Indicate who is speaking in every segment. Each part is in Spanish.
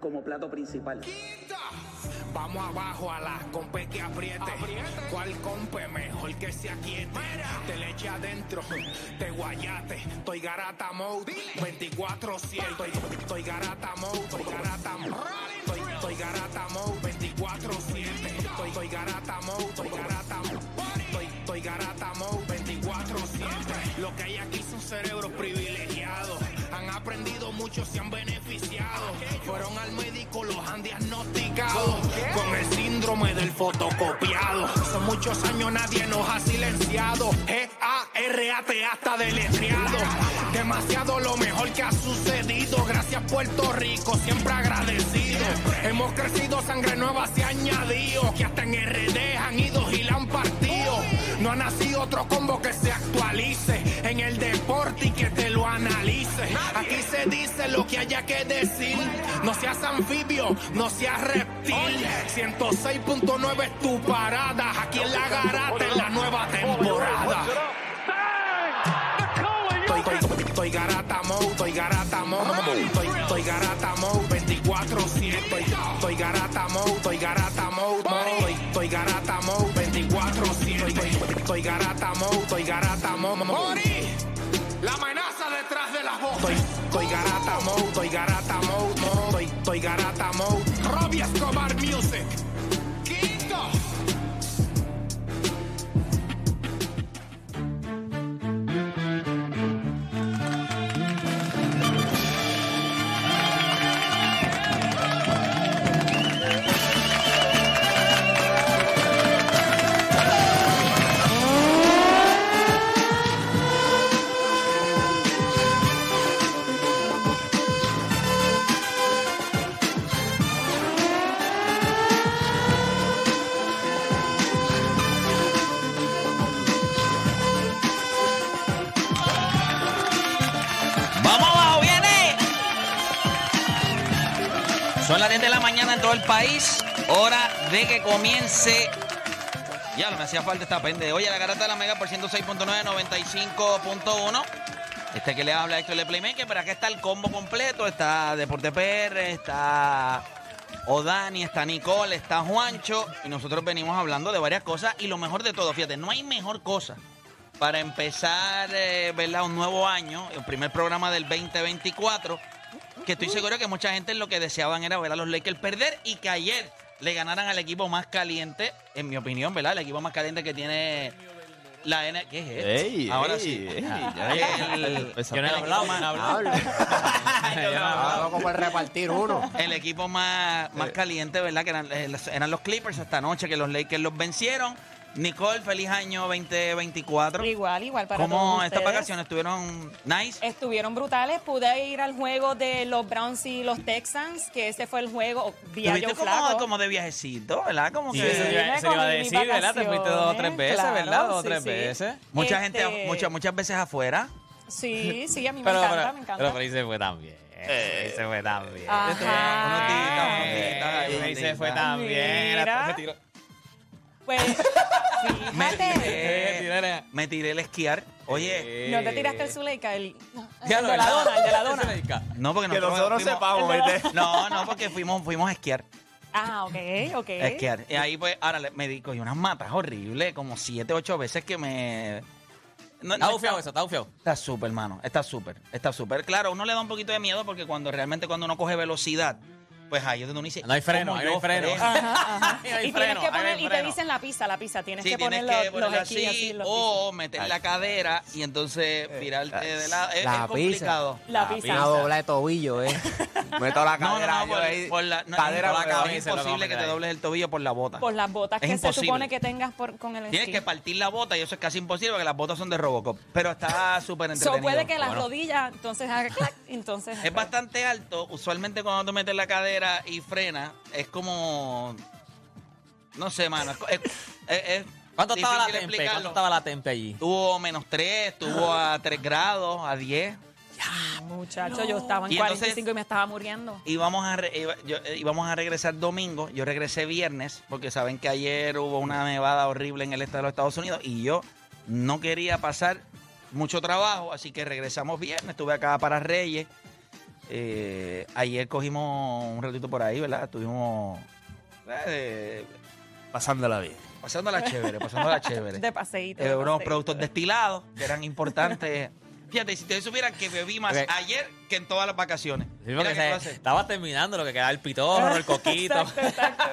Speaker 1: como plato principal.
Speaker 2: Vamos abajo a la compe que apriete. ¿Cuál compe mejor que se aquiete? Te le eche adentro, te guayate. Estoy garata mode, 24-7. Estoy, estoy garata mode, estoy garata mode. Estoy, estoy garata mode, 24-7. Estoy, estoy garata mode, estoy garata mode. Estoy, estoy garata mode, 24-7. Lo que hay aquí son cerebros privilegiados. Han aprendido mucho, se han beneficiado. Fueron al médico, los han diagnosticado con el síndrome del fotocopiado. Son muchos años, nadie nos ha silenciado. G-A-R-A-T hasta deletreado. Demasiado lo mejor que ha sucedido. Gracias, Puerto Rico, siempre agradecido. Hemos crecido, sangre nueva se ha añadido. Que hasta en RD han ido y la han partido. No ha nacido otro combo que se actualice en el deporte y que te lo analice. Aquí se dice lo que haya que decir. No seas anfibio, no seas reptil. 106.9 es tu parada. Aquí en la garata en la nueva temporada. Estoy, estoy, estoy garata mode, estoy garata mode. Estoy, estoy garata mode 24-7. Estoy, estoy garata mode, estoy garata mode. mode. Estoy, estoy garata mode 24-7. Estoy, estoy garata mode, estoy garata mode. mode. La amenaza detrás de la voz. Estoy, estoy garata mode, estoy garata mode, mode. Estoy, estoy garata mode. Robbie Escobar Music. Quinto.
Speaker 3: ¡Vamos abajo, viene! Son las 10 de la mañana en todo el país. Hora de que comience. Ya, no me hacía falta esta pende. Oye, la garata de la Mega por 106.9, 95.1. Este que le habla Héctor de Playmaker, pero acá está el combo completo. Está Deporte PR, está Odani, está Nicole, está Juancho. Y nosotros venimos hablando de varias cosas. Y lo mejor de todo, fíjate, no hay mejor cosa para empezar eh, ¿verdad? un nuevo año, el primer programa del 2024, que estoy seguro que mucha gente lo que deseaban era ver a los Lakers perder y que ayer le ganaran al equipo más caliente, en mi opinión, ¿verdad? El equipo más caliente que tiene la N. ¿Qué es esto?
Speaker 4: Ey,
Speaker 3: Ahora
Speaker 4: ey,
Speaker 3: sí.
Speaker 4: ey, ya, ya,
Speaker 3: El-
Speaker 4: empezamos.
Speaker 3: el equipo más-
Speaker 4: Ah,
Speaker 5: Hago como el repartir uno.
Speaker 3: El equipo más, más caliente, ¿verdad? Que eran, eh, los- eran los Clippers esta noche, que los Lakers los vencieron. Nicole, feliz año 2024.
Speaker 6: Igual, igual para
Speaker 3: ¿Cómo
Speaker 6: todos
Speaker 3: estas
Speaker 6: ustedes. Eh,
Speaker 3: vacaciones estuvieron nice?
Speaker 6: Estuvieron brutales. Pude ir al juego de los Browns y los Texans, que ese fue el juego. oh, Día yo
Speaker 3: Tuviste
Speaker 6: flaco.
Speaker 3: como, como de viajecito, ¿verdad? Como
Speaker 4: Sí,
Speaker 3: que
Speaker 4: eso te
Speaker 6: Vine
Speaker 4: iba, eso te iba a
Speaker 6: con mis
Speaker 4: decir, ¿verdad? Te fuiste dos o tres
Speaker 6: vacaciones,
Speaker 4: veces, ¿verdad?
Speaker 6: claro,
Speaker 4: Dos o
Speaker 6: sí,
Speaker 4: tres
Speaker 6: sí.
Speaker 4: veces.
Speaker 3: mucha gente,
Speaker 6: Este-
Speaker 3: muchas, muchas veces afuera.
Speaker 6: Sí, sí, a mí
Speaker 4: Pero,
Speaker 6: me encanta,
Speaker 4: pero,
Speaker 6: me encanta.
Speaker 4: pero, ahí se fue también. Ahí se fue también.
Speaker 6: Ajá.
Speaker 3: Ajá.
Speaker 4: Eh, Ahí se fue también. Eh,
Speaker 6: Mira.
Speaker 4: Hasta se tiró.
Speaker 6: Pues,
Speaker 3: Me
Speaker 6: fíjate,
Speaker 4: Eh,
Speaker 3: tiré,
Speaker 4: tiró la-
Speaker 3: me tiré el esquiar. Oye,
Speaker 4: Eh.
Speaker 6: no te tiraste el Zuleika, el, el
Speaker 4: Ya lo
Speaker 6: de la
Speaker 4: verdad.
Speaker 6: dona, el de la
Speaker 4: Ese
Speaker 6: dona.
Speaker 4: es el ca-
Speaker 3: no porque
Speaker 5: Que nosotros
Speaker 3: fuimos-
Speaker 5: sepamos, ¿viste?
Speaker 3: No, no, porque fuimos, fuimos a esquiar.
Speaker 6: Ah, ok, ok.
Speaker 3: a esquiar. Y ahí pues, ahora le- me di, cogí unas matas horribles, como siete, ocho veces que me. No,
Speaker 4: Está
Speaker 3: no,
Speaker 4: bufiado eso, está bufiado.
Speaker 3: Está súper, hermano. Está súper. Está súper. Claro, uno le da un poquito de miedo porque cuando realmente cuando uno coge velocidad, pues ahí es donde uno dice.
Speaker 4: No hay freno,
Speaker 3: ¿cómo
Speaker 4: ahí no
Speaker 3: yo
Speaker 4: hay freno. Ah.
Speaker 3: freno?
Speaker 6: Ajá, ajá.
Speaker 4: Ahí hay
Speaker 6: y
Speaker 4: freno,
Speaker 6: tienes que
Speaker 4: ahí
Speaker 6: poner,
Speaker 4: hay
Speaker 6: y te
Speaker 4: freno.
Speaker 6: dicen la pizza, la pizza, tienes
Speaker 3: Sí,
Speaker 6: que
Speaker 3: tienes
Speaker 6: poner
Speaker 3: que
Speaker 6: los,
Speaker 3: ponerlo
Speaker 6: los
Speaker 3: así, oh,
Speaker 6: esquís así, los
Speaker 3: o meter la cadera
Speaker 4: Eh,
Speaker 3: y entonces virarte de lado. Es,
Speaker 5: la
Speaker 3: es complicado.
Speaker 6: pizzas. La pizza.
Speaker 5: Una dobla de tobillo, eh.
Speaker 6: Exacto.
Speaker 5: Meto la
Speaker 3: No, no,
Speaker 5: cadera
Speaker 3: no,
Speaker 5: yo
Speaker 3: por,
Speaker 5: ahí,
Speaker 3: por la, no,
Speaker 5: cadera
Speaker 3: por la
Speaker 5: pero-
Speaker 3: cabeza. Es
Speaker 4: se lo vamos
Speaker 3: imposible
Speaker 4: a
Speaker 3: que te
Speaker 4: meter ahí.
Speaker 3: dobles el tobillo por la bota.
Speaker 6: Por las botas
Speaker 3: Es
Speaker 6: que se
Speaker 3: imposible.
Speaker 6: supone que tengas por- con el
Speaker 3: Tienes
Speaker 6: encima.
Speaker 3: que partir la bota y eso es casi imposible porque las botas son de Robocop. Pero está súper
Speaker 6: So,
Speaker 3: entretenido.
Speaker 6: puede que las
Speaker 3: Bueno.
Speaker 6: rodillas, entonces, haga clac, entonces.
Speaker 3: Es bastante alto. Usualmente cuando tú metes la cadera y frena, es como... No sé, mano. Es, es- es
Speaker 4: ¿Cuánto estaba la
Speaker 3: difícil
Speaker 4: tempe?
Speaker 3: explicarlo.
Speaker 4: ¿Cuánto estaba la tempe allí?
Speaker 3: Tuvo menos 3, tuvo a 3 grados, a 10.
Speaker 6: ¡Ah, Muchacho, yo estaba en
Speaker 3: Y entonces-
Speaker 6: 45 y me estaba muriendo.
Speaker 3: Íbamos a, re- iba- yo- eh, íbamos a regresar domingo, yo regresé viernes, porque saben que ayer hubo una nevada horrible en el estado de los Estados Unidos y yo no quería pasar mucho trabajo, así que regresamos viernes, estuve acá para Reyes. Eh, ayer cogimos un ratito por ahí, ¿verdad? Estuvimos eh,
Speaker 7: Pasándola bien.
Speaker 3: pasándola chévere, pasándola chévere.
Speaker 6: De paseíto.
Speaker 3: Eh,
Speaker 6: de
Speaker 3: unos
Speaker 6: paseíto.
Speaker 3: productos destilados que eran importantes. Fíjate, si ustedes supieran que bebí más
Speaker 4: Ok.
Speaker 3: ayer que en todas las vacaciones.
Speaker 4: Sí,
Speaker 3: Mira
Speaker 4: porque
Speaker 3: qué
Speaker 4: se-
Speaker 3: clase.
Speaker 4: estaba terminando lo que quedaba el pitorro, el coquito.
Speaker 6: Exacto, exacto.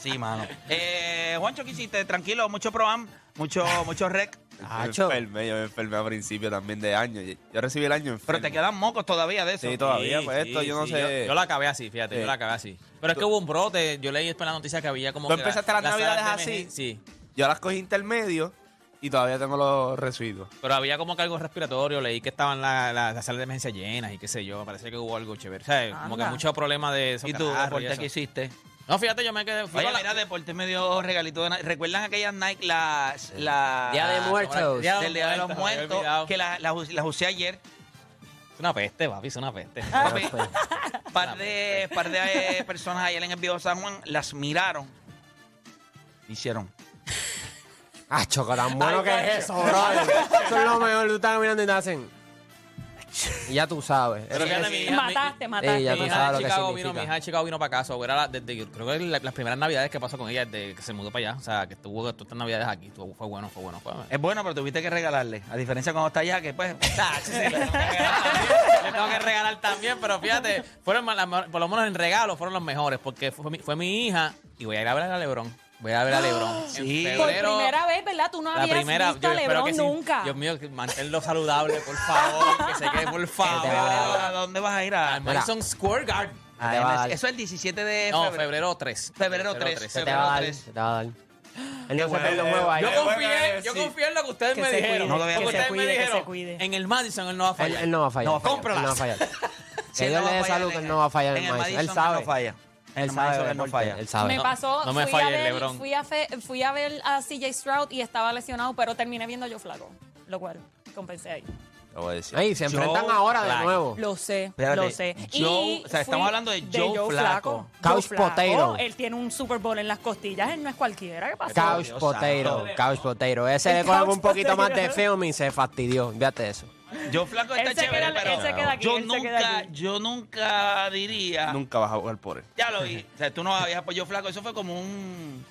Speaker 3: Sí, mano. Eh, Juancho, ¿qué hiciste? Tranquilo, mucho proam, mucho, mucho rec.
Speaker 7: Yo me enfermé, yo me enfermé a principio también de año. Yo recibí el año enfermo.
Speaker 3: Pero te quedan mocos todavía de eso.
Speaker 7: Sí, todavía, pues esto yo no sé.
Speaker 4: Yo, la acabé así, fíjate,
Speaker 7: Sí.
Speaker 4: yo la acabé así. Pero es que hubo un brote, yo leí después la noticia que había como
Speaker 7: ¿Tú
Speaker 4: que la-
Speaker 7: empezaste las
Speaker 4: salas
Speaker 7: navidades
Speaker 4: de
Speaker 7: así?
Speaker 4: emergen- Sí,
Speaker 7: Yo las cogí intermedio y todavía tengo los residuos.
Speaker 4: pero había como que algo respiratorio, leí que estaban la- la- las salas de emergencia llenas y qué sé yo, parece que hubo algo chévere. O sea, como que
Speaker 6: Anda.
Speaker 4: muchos problemas de esos
Speaker 3: ¿Y tú,
Speaker 4: catarros y
Speaker 3: deporte,
Speaker 4: eso.
Speaker 3: qué hiciste?
Speaker 4: No, fíjate, yo me quedé... fui
Speaker 3: Oye,
Speaker 4: con la-
Speaker 3: mira, deporte me dio regalito de Nike. ¿Recuerdan aquellas Nike, las... La,
Speaker 5: Día de Muertos.
Speaker 4: Día de
Speaker 3: del Día de los
Speaker 4: Muertos, me había
Speaker 3: Muertos,
Speaker 4: olvidado.
Speaker 3: que las las us- las usé ayer.
Speaker 4: Es una peste, papi, es una peste.
Speaker 3: Papi, par de, par de eh, personas ayer en el video San Juan las miraron. Hicieron.
Speaker 5: Ah, choco, tan bueno que es eso, bro. Eso es lo mejor. Tú estás mirando y te hacen. Y ya tú sabes.
Speaker 4: Pero
Speaker 5: Eso
Speaker 4: fíjate,
Speaker 5: es-
Speaker 4: mi hija, mi-
Speaker 6: Mataste, mataste.
Speaker 5: Ey, ya
Speaker 4: mi
Speaker 5: tú
Speaker 4: hija
Speaker 5: sabes lo
Speaker 4: de
Speaker 5: que
Speaker 4: Chicago vino,
Speaker 5: significa.
Speaker 4: mi hija de Chicago vino para acá, so, era la- desde- creo que la- las primeras navidades que pasó con ella desde que se mudó para allá, o sea, que estuvo todas estas navidades aquí, estuvo- fue bueno, fue bueno, fue bueno.
Speaker 3: Es bueno, pero tuviste que regalarle. A diferencia cuando está allá, que pues.
Speaker 4: Ah, sí, sí, le tengo que regalar también, le tengo que regalar también, pero fíjate, fueron las mejores- por lo menos en regalos fueron los mejores, porque fue mi, fue mi hija y voy a ir a ver a Lebron. Voy a ir a ver a Eh, Lebron.
Speaker 3: Sí.
Speaker 4: En
Speaker 6: Por
Speaker 4: febrero,
Speaker 6: primera vez, ¿verdad? Tú no
Speaker 4: la
Speaker 6: habías
Speaker 4: primera,
Speaker 6: visto
Speaker 4: yo
Speaker 6: a
Speaker 4: espero
Speaker 6: Lebron
Speaker 4: que sí.
Speaker 6: nunca.
Speaker 4: Dios mío, que manténlo saludable, por favor, que se quede, por favor.
Speaker 3: ¿A Ah. dónde vas a ir? A,
Speaker 4: Al Madison Square Garden.
Speaker 5: Te va a dar.
Speaker 3: Eso es el 17 de
Speaker 4: No,
Speaker 3: febrero.
Speaker 4: febrero 3.
Speaker 3: Febrero 3,
Speaker 5: Se te va a dar. Se te va a dar. Él no se pierde un juego ahí.
Speaker 4: Yo confié,
Speaker 7: Febrero,
Speaker 4: yo
Speaker 7: sí.
Speaker 4: confié en lo que ustedes
Speaker 6: Que
Speaker 4: me
Speaker 6: se
Speaker 4: dijeron.
Speaker 6: cuide,
Speaker 4: Porque
Speaker 3: que se
Speaker 4: ustedes
Speaker 6: cuide,
Speaker 4: me
Speaker 6: que se
Speaker 4: dijeron,
Speaker 6: cuide.
Speaker 4: En el Madison él no va a
Speaker 5: Él,
Speaker 4: fallar.
Speaker 5: él no va a fallar.
Speaker 3: No,
Speaker 5: él
Speaker 3: cómpralas.
Speaker 5: no va a fallar.
Speaker 3: Sí,
Speaker 5: que Dios
Speaker 3: no
Speaker 5: le dé
Speaker 3: va a
Speaker 5: salud,
Speaker 3: fallar
Speaker 5: que él no va a fallar en
Speaker 3: En
Speaker 5: el
Speaker 3: el
Speaker 5: Madison.
Speaker 3: Madison
Speaker 5: Él sabe.
Speaker 3: no falla. En
Speaker 5: Él
Speaker 3: el
Speaker 5: sabe.
Speaker 3: Madison él no
Speaker 5: deporte,
Speaker 3: falla.
Speaker 5: Él sabe.
Speaker 6: Me pasó,
Speaker 4: no me
Speaker 6: fui,
Speaker 4: falla
Speaker 6: a
Speaker 4: el
Speaker 6: ver,
Speaker 4: LeBron.
Speaker 6: fui, a fe- fui a ver a CJ Stroud y estaba lesionado, pero terminé viendo yo flaco, lo cual compensé ahí.
Speaker 7: Te voy a decir.
Speaker 5: Ahí se enfrentan ahora de
Speaker 4: Black.
Speaker 5: nuevo.
Speaker 6: Lo sé,
Speaker 3: Espérate,
Speaker 6: lo sé.
Speaker 3: Joe- o sea,
Speaker 6: fui
Speaker 3: estamos hablando de Joe Flacco.
Speaker 5: Couch potato.
Speaker 6: Él tiene un Super Bowl en las costillas, él no es cualquiera. ¿Qué pasa?
Speaker 5: Couch
Speaker 3: Dios
Speaker 5: potato,
Speaker 3: santo.
Speaker 5: couch potato. Ese
Speaker 6: El
Speaker 5: le cogen
Speaker 6: couch
Speaker 5: un poquito más de
Speaker 6: potato.
Speaker 5: film y se fastidió. Fíjate eso.
Speaker 3: Yo flaco
Speaker 6: Él
Speaker 3: está
Speaker 6: se
Speaker 3: chévere,
Speaker 6: queda- él
Speaker 3: pero
Speaker 6: se queda aquí,
Speaker 3: yo,
Speaker 6: él se queda
Speaker 3: nunca,
Speaker 6: aquí.
Speaker 3: yo nunca diría.
Speaker 7: Nunca vas a jugar por él.
Speaker 3: Ya lo vi. O sea, tú no habías apoyado flaco. Eso fue como un.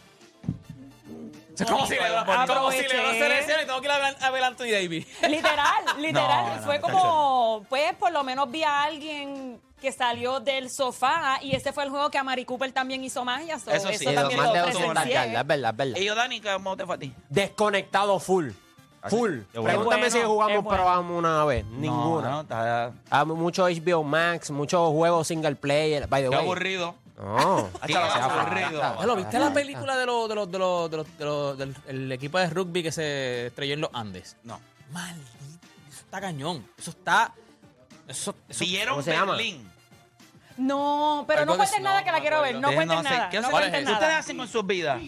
Speaker 4: Es como si
Speaker 5: Ah,
Speaker 4: Lebron,
Speaker 3: Ah,
Speaker 4: como si
Speaker 6: Aproveché.
Speaker 4: Lebron se lesiona y tengo que ir a ver, a ver a Anthony Davis.
Speaker 6: Literal, literal.
Speaker 3: No, no,
Speaker 6: fue como, pues, por lo menos vi a alguien que salió del sofá y ese fue el juego que a Mari Cooper también hizo magia. so,
Speaker 3: Eso
Speaker 6: eso
Speaker 3: sí.
Speaker 5: Y lo-
Speaker 6: también
Speaker 5: más
Speaker 6: lo
Speaker 5: de dos
Speaker 3: presencié.
Speaker 5: sin
Speaker 6: presencié.
Speaker 5: marcar, es verdad, es verdad.
Speaker 3: Y yo, Dani, ¿cómo te fue a ti?
Speaker 5: Desconectado full.
Speaker 3: Ah,
Speaker 5: Full.
Speaker 7: Qué bueno.
Speaker 5: Pregúntame
Speaker 6: Es bueno,
Speaker 5: si jugamos
Speaker 6: es bueno.
Speaker 5: pero vamos una vez. Ninguna.
Speaker 3: No, no, está-
Speaker 5: Ah, mucho HBO Max, muchos juegos single player. By the
Speaker 3: Qué
Speaker 5: way.
Speaker 3: aburrido.
Speaker 5: No.
Speaker 3: Qué
Speaker 7: chaval,
Speaker 3: aburrido.
Speaker 4: ¿Lo viste la película de los, de los, de los, de los, de los- del el equipo de rugby que se estrelló en los Andes?
Speaker 3: No.
Speaker 4: Maldito, eso está cañón. Eso está... Eso, eso-
Speaker 3: Vieron
Speaker 5: ¿Cómo se llama?
Speaker 3: Berlín.
Speaker 6: No, pero
Speaker 4: Algo
Speaker 6: no
Speaker 4: que
Speaker 6: cuenten
Speaker 4: no
Speaker 6: nada que la
Speaker 4: me
Speaker 6: quiero ver.
Speaker 4: acuerdo.
Speaker 6: No
Speaker 3: Dejen-
Speaker 6: cuenten
Speaker 3: sé,
Speaker 6: nada.
Speaker 3: ¿qué
Speaker 6: No
Speaker 3: hacen-
Speaker 4: ¿Cuál es
Speaker 6: cuenten
Speaker 4: ese?
Speaker 3: ¿Qué ustedes
Speaker 6: nada.
Speaker 3: hacen con sus vidas?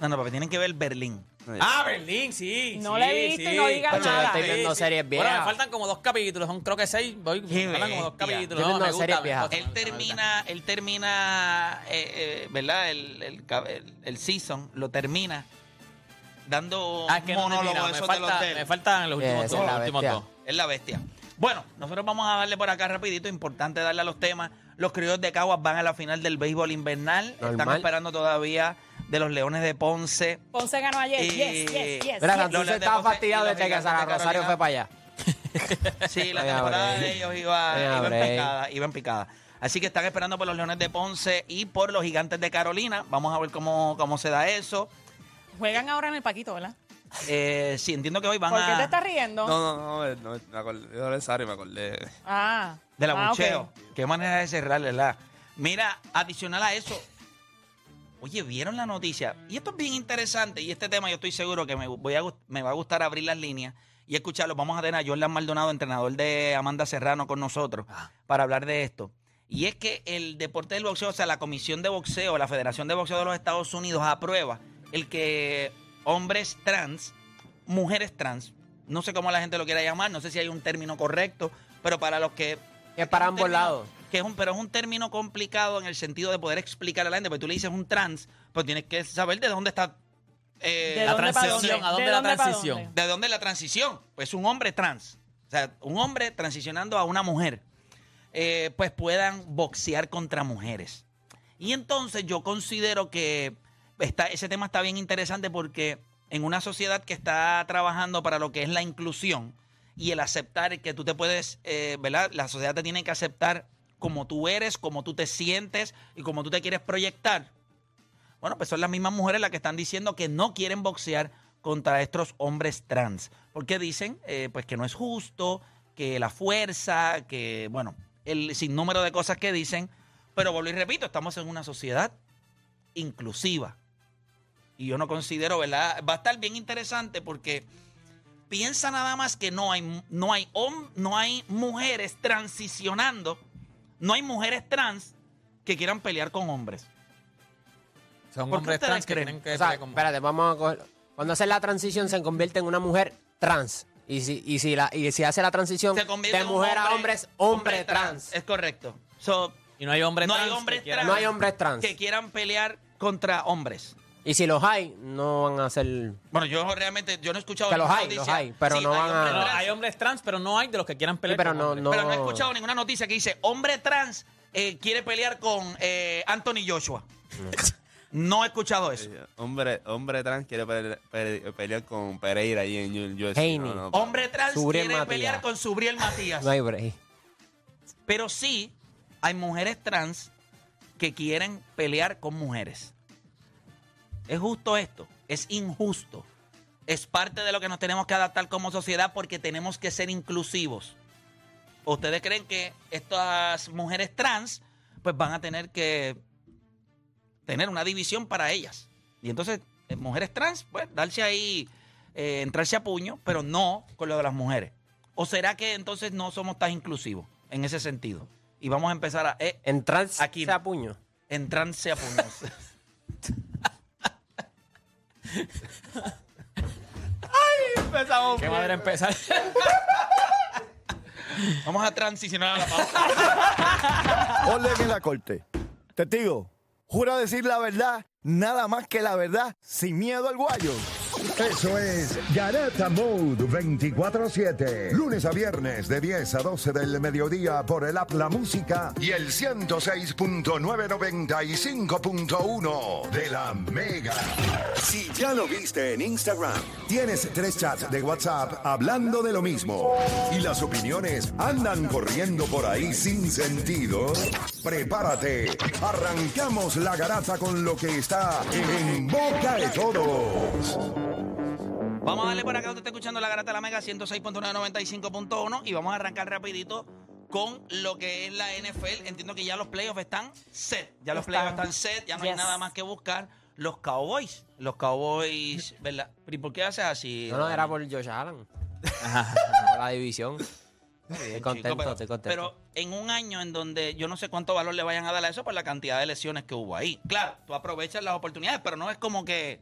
Speaker 3: No, no, papi, tienen que ver Berlín.
Speaker 4: Ah, Berlín, sí.
Speaker 6: No
Speaker 4: sí,
Speaker 6: la he visto y
Speaker 4: sí.
Speaker 6: no digas
Speaker 4: Pero yo
Speaker 6: nada.
Speaker 4: estoy viendo
Speaker 5: Sí, sí.
Speaker 4: Bueno, me faltan como dos capítulos, son creo que seis. Voy, me
Speaker 3: Qué
Speaker 4: faltan como dos
Speaker 3: bestia.
Speaker 4: capítulos.
Speaker 5: Yo
Speaker 4: No,
Speaker 5: viendo
Speaker 4: me gusta,
Speaker 5: series
Speaker 4: me
Speaker 5: viejas.
Speaker 4: gusta,
Speaker 3: Él
Speaker 4: me gusta, me
Speaker 3: termina,
Speaker 4: gusta.
Speaker 3: él termina, eh, eh, ¿verdad? El, el, cab- el, el season lo termina dando
Speaker 4: Ah, es que
Speaker 3: un
Speaker 4: no termina,
Speaker 3: monólogo de
Speaker 4: me,
Speaker 3: esos del
Speaker 4: falta,
Speaker 3: hotel.
Speaker 4: me faltan los últimos
Speaker 5: Esa
Speaker 4: dos.
Speaker 5: es la
Speaker 4: Los últimos
Speaker 5: bestia.
Speaker 4: dos.
Speaker 3: Es la bestia. Bueno, nosotros vamos a darle por acá rapidito. Importante darle a los temas. Los criollos de Caguas van a la final del béisbol invernal. Están
Speaker 5: Normal.
Speaker 3: esperando todavía de los Leones de Ponce.
Speaker 6: Ponce ganó ayer.
Speaker 3: Y-
Speaker 6: Yes, yes, yes.
Speaker 5: Mira,
Speaker 6: yes.
Speaker 3: Santos.
Speaker 5: Santurce
Speaker 3: Los
Speaker 5: estaba
Speaker 3: Leones de
Speaker 5: fastidiado
Speaker 3: Ponce y los
Speaker 5: desde que
Speaker 3: Gigantes
Speaker 5: Sara
Speaker 3: de Carolina.
Speaker 5: Rosario fue para allá.
Speaker 3: Sí, la
Speaker 5: Ay,
Speaker 3: temporada
Speaker 5: abre.
Speaker 3: de ellos iba,
Speaker 5: Ay,
Speaker 3: iba en
Speaker 5: abre.
Speaker 3: picada, iba en picada. Así que están esperando por los Leones de Ponce y por los Gigantes de Carolina. Vamos a ver cómo, cómo se da eso.
Speaker 6: Juegan ahora en el Paquito, ¿verdad?
Speaker 3: Eh, sí, entiendo que hoy van
Speaker 6: ¿Por qué te
Speaker 3: a.
Speaker 6: estás riendo?
Speaker 7: No, no, no, me, no, me acordé de Sara y me acordé.
Speaker 6: Ah.
Speaker 3: Del
Speaker 6: ah, ok.
Speaker 3: abucheo. Qué manera de cerrar, ¿verdad? Mira, adicional a eso. Oye, ¿vieron la noticia? Y esto es bien interesante. Y este tema yo estoy seguro que me, voy a gust- me va a gustar abrir las líneas y escucharlo. Vamos a tener a Jordan Maldonado, entrenador de Amanda Serrano, con nosotros para hablar de esto. Y es que el deporte del boxeo, o sea, la Comisión de Boxeo, la Federación de Boxeo de los Estados Unidos aprueba el que hombres trans, mujeres trans, no sé cómo la gente lo quiera llamar, no sé si hay un término correcto, pero para los que
Speaker 5: Es para
Speaker 3: un
Speaker 5: ambos
Speaker 3: término-
Speaker 5: lados.
Speaker 3: Que es un, pero es un término complicado en el sentido de poder explicar a la gente. Porque tú le dices un trans, pues tienes que saber de dónde está. eh,
Speaker 6: ¿De
Speaker 4: La
Speaker 6: dónde pa'
Speaker 4: transición, ¿a dónde
Speaker 6: ¿De
Speaker 4: la
Speaker 6: dónde pa'
Speaker 4: transición?
Speaker 6: dónde?
Speaker 3: ¿De dónde la transición? Pues un hombre trans. O sea, un hombre transicionando a una mujer. eh, pues puedan boxear contra mujeres. Y entonces yo considero que está, ese tema está bien interesante porque en una sociedad que está trabajando para lo que es la inclusión y el aceptar que tú te puedes, eh, ¿verdad? La sociedad te tiene que aceptar como tú eres, como tú te sientes y como tú te quieres proyectar. Bueno, pues son las mismas mujeres las que están diciendo que no quieren boxear contra estos hombres trans. Porque dicen eh, pues que no es justo, que la fuerza, que, bueno, el sinnúmero de cosas que dicen. Pero vuelvo y repito, estamos en una sociedad inclusiva. Y yo no considero, ¿verdad? Va a estar bien interesante porque piensa nada más que no hay, no hay, hom- no hay mujeres transicionando, no hay mujeres trans que quieran pelear con hombres.
Speaker 4: Son
Speaker 3: ¿Por qué
Speaker 4: hombres
Speaker 3: ustedes
Speaker 4: trans que
Speaker 3: creen?
Speaker 4: tienen que
Speaker 5: O sea,
Speaker 4: pelear con-
Speaker 5: espérate, vamos a cogerlo. Cuando hace la transición se convierte en una mujer trans. Y si, y si, la, y si hace la transición
Speaker 3: se convierte
Speaker 5: de
Speaker 3: en un
Speaker 5: mujer a
Speaker 3: hombre-
Speaker 5: hombre es hombre trans.
Speaker 3: Es correcto. So,
Speaker 4: Y no hay hombres
Speaker 3: no hay
Speaker 4: trans. que
Speaker 3: hombres
Speaker 4: quieran-
Speaker 3: trans.
Speaker 5: No hay hombres trans.
Speaker 3: que quieran pelear contra hombres.
Speaker 5: Y si los hay, no van a ser...
Speaker 3: Bueno, yo realmente yo no he escuchado
Speaker 5: Que los
Speaker 3: ninguna
Speaker 5: hay,
Speaker 3: noticia.
Speaker 5: los hay, pero
Speaker 3: Sí,
Speaker 5: no van a-
Speaker 3: hombres
Speaker 4: No,
Speaker 3: trans,
Speaker 4: hay hombres trans, pero no hay de los que quieran pelear.
Speaker 5: Sí, pero
Speaker 4: con
Speaker 5: no,
Speaker 4: hombres.
Speaker 5: no.
Speaker 3: Pero no he escuchado ninguna noticia que dice hombre trans eh, quiere pelear con eh, Anthony Joshua. No he escuchado eso.
Speaker 7: Eh, Hombre, hombre trans quiere pele- pele- pelear con Pereira ahí en U- UFC.
Speaker 5: Haney.
Speaker 7: No, no,
Speaker 3: Hombre trans
Speaker 5: Subriel
Speaker 3: quiere
Speaker 5: Matías.
Speaker 3: pelear con Subriel Matías.
Speaker 5: No hay break.
Speaker 3: Pero sí hay mujeres trans que quieren pelear con mujeres. ¿Es justo esto? ¿Es injusto? Es parte de lo que nos tenemos que adaptar como sociedad porque tenemos que ser inclusivos. ¿Ustedes creen que estas mujeres trans pues van a tener que tener una división para ellas? Y entonces, eh, mujeres trans, pues darse ahí, eh, entrarse a puño, pero no con lo de las mujeres. ¿O será que entonces no somos tan inclusivos en ese sentido? Y vamos a empezar a eh,
Speaker 5: En trans
Speaker 3: Aquí.
Speaker 5: se apuño.
Speaker 3: entrarse a puños.
Speaker 7: Empezamos
Speaker 4: ¿Qué madre empezar?
Speaker 3: vamos a transicionar a la pausa.
Speaker 8: Orden en la corte. Testigo, jura decir la verdad, nada más que la verdad, sin miedo al guayo.
Speaker 9: Eso es Garata Mode 24-7. Lunes a viernes de 10 a 12 del mediodía por el App La Música y el 106.995.1 de la Mega.
Speaker 8: Si ya lo viste en Instagram,
Speaker 9: Tienes tres chats de WhatsApp hablando de lo mismo y las opiniones andan corriendo por ahí sin sentido. Prepárate, arrancamos la garata con lo que está en boca de todos.
Speaker 3: Vamos a darle por acá, usted está escuchando la garata de la Mega 106.995.1 y vamos a arrancar rapidito con lo que es la NFL. Entiendo que ya los playoffs están set, ya los
Speaker 6: Están.
Speaker 3: playoffs están set, ya no hay
Speaker 6: Yes.
Speaker 3: nada más que buscar. Los Cowboys, los Cowboys, ¿verdad? ¿Y por qué haces así?
Speaker 5: No, no, era por Josh Allen. Por la división. Estoy
Speaker 3: Chico,
Speaker 5: contento,
Speaker 3: pero,
Speaker 5: estoy contento.
Speaker 3: pero en un año en donde yo no sé cuánto valor le vayan a dar a eso por la cantidad de lesiones que hubo ahí. Claro, tú aprovechas las oportunidades, pero no es como que,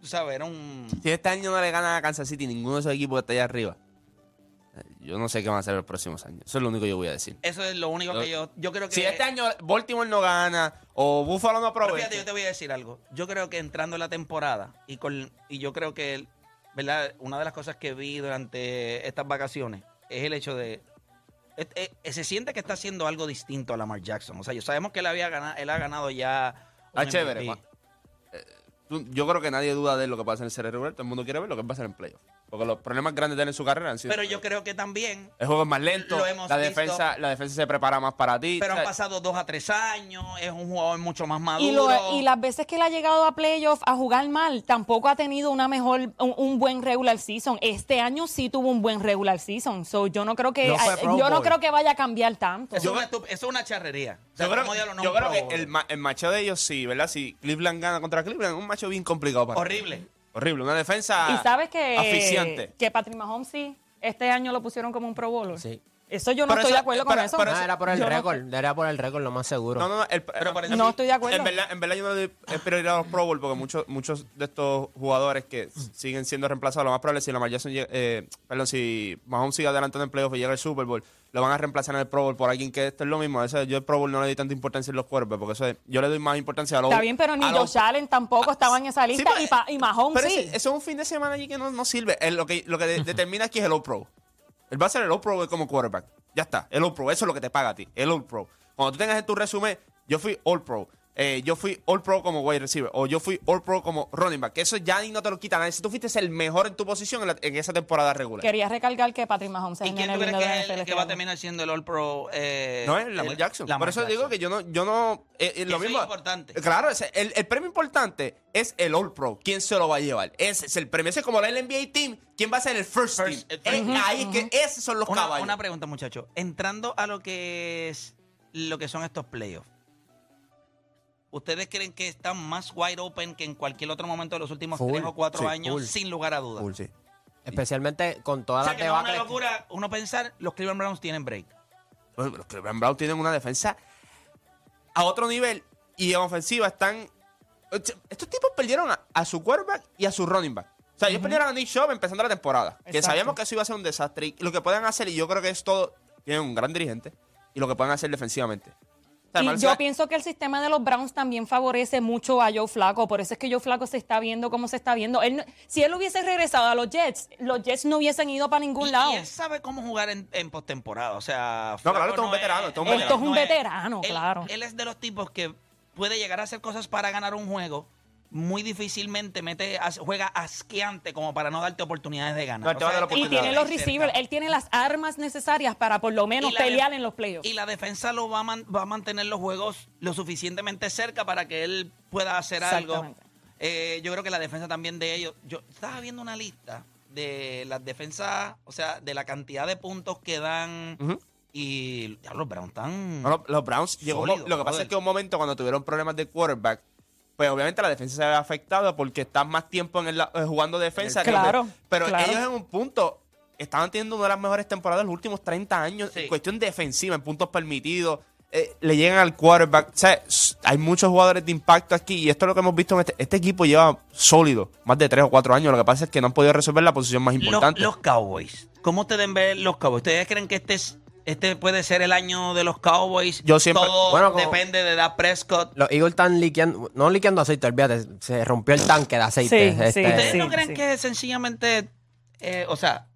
Speaker 3: tú sabes, era un...
Speaker 7: Si este año no le ganan a Kansas City, ninguno de esos equipos que está allá arriba, eh, yo no sé qué van a hacer los próximos años. Eso es lo único que yo voy a decir.
Speaker 3: Eso es lo único que yo... Yo creo que...
Speaker 7: Si este año Baltimore no gana o Buffalo no
Speaker 3: Pero
Speaker 7: aprovecha.
Speaker 3: fíjate, yo te voy a decir algo. Yo creo que entrando en la temporada y con y yo creo que ¿verdad? una de las cosas que vi durante estas vacaciones es el hecho de es- es- se siente que está haciendo algo distinto a Lamar Jackson. O sea, yo sabemos que él había ganado, él ha ganado ya un
Speaker 7: Ah, chévere,
Speaker 3: MVP.
Speaker 7: Juan. Tú- Yo creo que nadie duda de lo que pasa en el ser regular. Todo el mundo quiere ver lo que pasa en el playoff. Porque los problemas grandes de él en su carrera han sido.
Speaker 3: Pero yo creo que también.
Speaker 7: el juego es más lento,
Speaker 3: Lo hemos
Speaker 7: la
Speaker 3: visto.
Speaker 7: defensa, la defensa se prepara más para ti.
Speaker 3: Pero
Speaker 7: o sea,
Speaker 3: han pasado dos a tres años, es un jugador mucho más maduro.
Speaker 6: Y, lo- y las veces que él ha llegado a playoff a jugar mal, tampoco ha tenido una mejor, un, un buen regular season. Este año sí tuvo un buen regular season. So yo no creo que
Speaker 7: No fue
Speaker 6: a-
Speaker 7: Pro
Speaker 6: yo no
Speaker 7: Bowl.
Speaker 6: creo que vaya a cambiar tanto.
Speaker 3: Eso, es una estup- eso es una charrería. O sea,
Speaker 7: Yo creo,
Speaker 3: ¿cómo diablo no
Speaker 7: yo
Speaker 3: un
Speaker 7: creo
Speaker 3: Pro
Speaker 7: que
Speaker 3: Bowl?
Speaker 7: el, ma- el macho de ellos sí, ¿verdad? Si Cleveland gana contra Cleveland, es un macho bien complicado para
Speaker 3: Horrible.
Speaker 7: Horrible, una defensa
Speaker 6: y sabes que,
Speaker 7: asfixiante.
Speaker 6: que Patrick Mahomes sí, este año lo pusieron como un pro bowler.
Speaker 5: Sí.
Speaker 6: Eso yo no
Speaker 7: Pero
Speaker 6: estoy
Speaker 7: eso-
Speaker 6: de acuerdo con
Speaker 7: pero-
Speaker 6: eso.
Speaker 7: pero
Speaker 5: Ah,
Speaker 7: eso-
Speaker 5: era por el
Speaker 6: Yo no-
Speaker 5: récord, era por el récord, lo más seguro.
Speaker 7: No, no, no. el-
Speaker 3: parece-
Speaker 6: No estoy de acuerdo.
Speaker 7: En verdad, en verdad yo no le he priorizado a los Pro Bowl porque muchos, muchos de estos jugadores que s- siguen siendo reemplazados, lo más probable es si Lamar Jackson llega- eh, perdón, si Mahomes sigue adelantando en playoff y llega al Super Bowl, lo van a reemplazar en el Pro Bowl por alguien que esto es lo mismo. Eso, yo el Pro Bowl no le doy tanta importancia en los cuerpos porque eso es- yo le doy más importancia a los
Speaker 6: Ah, Está bien, pero ni
Speaker 7: a los-
Speaker 6: Josh Allen tampoco estaba en esa
Speaker 7: Sí,
Speaker 6: lista
Speaker 7: pero-
Speaker 6: y, pa- y Mahomes
Speaker 7: pero
Speaker 6: sí.
Speaker 7: ese- eso es un fin de semana allí que no, no sirve. Es lo que, lo que de- determina aquí es el All-Pro. Él va a ser el All-Pro como quarterback. Ya está, el All-Pro. Eso es lo que te paga a ti, el All-Pro. Cuando tú tengas en tu resumen, yo fui All-Pro. eh, yo fui All-Pro como wide receiver. O yo fui All-Pro como running back. Eso ya ni no te lo quita nadie. Si tú fuiste el mejor en tu posición en, la- en esa temporada regular.
Speaker 6: Quería recalcar que Patrick Mahomes es
Speaker 3: ¿Y
Speaker 6: el
Speaker 3: quién
Speaker 6: nene
Speaker 3: tú crees
Speaker 6: lindo de
Speaker 3: que, es
Speaker 6: NFL
Speaker 3: el
Speaker 6: este
Speaker 3: que va a
Speaker 6: año.
Speaker 3: terminar siendo el All Pro? eh,
Speaker 7: No, es Lamar
Speaker 3: el-
Speaker 7: Jackson.
Speaker 3: Lamar
Speaker 7: Por eso digo
Speaker 3: Jackson?
Speaker 7: que yo no, yo no. eh, eh, lo
Speaker 3: Eso es
Speaker 7: mismo.
Speaker 3: importante.
Speaker 7: Claro, ese- el, el premio importante es el All Pro. ¿Quién se lo va a llevar? Ese es el premio. Ese es como el NBA Team. ¿Quién va a ser el First,
Speaker 3: First,
Speaker 7: Team?
Speaker 3: el first
Speaker 7: Eh, ahí es que esos son los
Speaker 3: Una,
Speaker 7: caballos.
Speaker 3: una pregunta, muchachos. Entrando a lo que es lo que son estos playoffs. ¿Ustedes creen que están más wide open que en cualquier otro momento de los últimos
Speaker 5: Full,
Speaker 3: tres o cuatro
Speaker 5: sí,
Speaker 3: años?
Speaker 5: full.
Speaker 3: Sin lugar a dudas.
Speaker 5: Especialmente con todas
Speaker 3: O sea,
Speaker 5: las
Speaker 3: que no es una
Speaker 5: debacles.
Speaker 3: locura uno pensar, los Cleveland Browns tienen break.
Speaker 7: Pues, Los Cleveland Browns tienen una defensa a otro nivel y en ofensiva están. Estos tipos perdieron a, a su quarterback y a su running back. O sea, ellos perdieron a Nick Chubb empezando la temporada. Que
Speaker 6: Exacto.
Speaker 7: sabíamos que eso iba a ser un desastre. Y lo que pueden hacer, y yo creo que es todo. Tienen un gran dirigente y lo que pueden hacer defensivamente. O sea,
Speaker 6: Y
Speaker 7: Marcia-
Speaker 6: yo pienso que el sistema de los Browns también favorece mucho a Joe Flaco. Por eso es que Joe Flaco se está viendo como se está viendo. Él no- si él hubiese regresado a los Jets, los Jets no hubiesen ido para ningún
Speaker 3: Y-
Speaker 6: lado.
Speaker 3: Y él sabe cómo jugar en, en postemporada. O sea,
Speaker 7: No,
Speaker 3: Flaco
Speaker 7: claro, esto es un veterano, esto es un
Speaker 3: no
Speaker 6: Esto es un
Speaker 3: no
Speaker 6: veterano,
Speaker 3: Él-
Speaker 6: claro.
Speaker 3: Él, es de los tipos que puede llegar a hacer cosas para ganar un juego. Muy difícilmente mete, as- juega asqueante como para no darte oportunidades de ganar.
Speaker 7: No, te va a dar
Speaker 6: y
Speaker 7: oportunidades.
Speaker 6: tiene los
Speaker 3: ahí cerca.
Speaker 6: receivers, él tiene las armas necesarias para por lo menos
Speaker 3: Y la de-
Speaker 6: pelear en los playoffs.
Speaker 3: Y la defensa lo va a, man- va a mantener los juegos lo suficientemente cerca para que él pueda hacer algo.
Speaker 6: Exactamente.
Speaker 3: Eh, yo creo que la defensa también de ellos. Yo estaba viendo una lista de las defensas, o sea, de la cantidad de puntos que dan. Y ya los Browns están.
Speaker 7: No, lo- los, Browns llegó un mo-
Speaker 3: Sólido,
Speaker 7: Lo que pasa
Speaker 3: brother.
Speaker 7: es que un momento cuando tuvieron problemas de quarterback, pues obviamente la defensa se ve afectada porque están más tiempo en el la- eh, jugando defensa. que-
Speaker 6: Claro,
Speaker 7: pero
Speaker 6: claro.
Speaker 7: ellos en un punto estaban teniendo una de las mejores temporadas de los últimos 30 años
Speaker 3: Sí.
Speaker 7: en cuestión defensiva, en puntos permitidos. eh, le llegan al quarterback. O sea, s- hay muchos jugadores de impacto aquí y esto es lo que hemos visto en este, este equipo lleva sólido, más de 3 o 4 años. Lo que pasa es que no han podido resolver la posición más
Speaker 3: Los-
Speaker 7: importante.
Speaker 3: Los, Cowboys. ¿Cómo ustedes ven los Cowboys? ¿Ustedes creen que este es- Este puede ser el año de los Cowboys.
Speaker 7: Yo siempre-
Speaker 3: Todo
Speaker 5: bueno, como-
Speaker 3: depende de Dak Prescott.
Speaker 5: Los Eagles están liqueando, no liqueando aceite, olvídate, se rompió el tanque de aceite.
Speaker 6: Sí, sí,
Speaker 5: este,
Speaker 3: ¿Ustedes no
Speaker 6: sí,
Speaker 3: creen
Speaker 6: sí.
Speaker 3: que sencillamente, eh, o sea,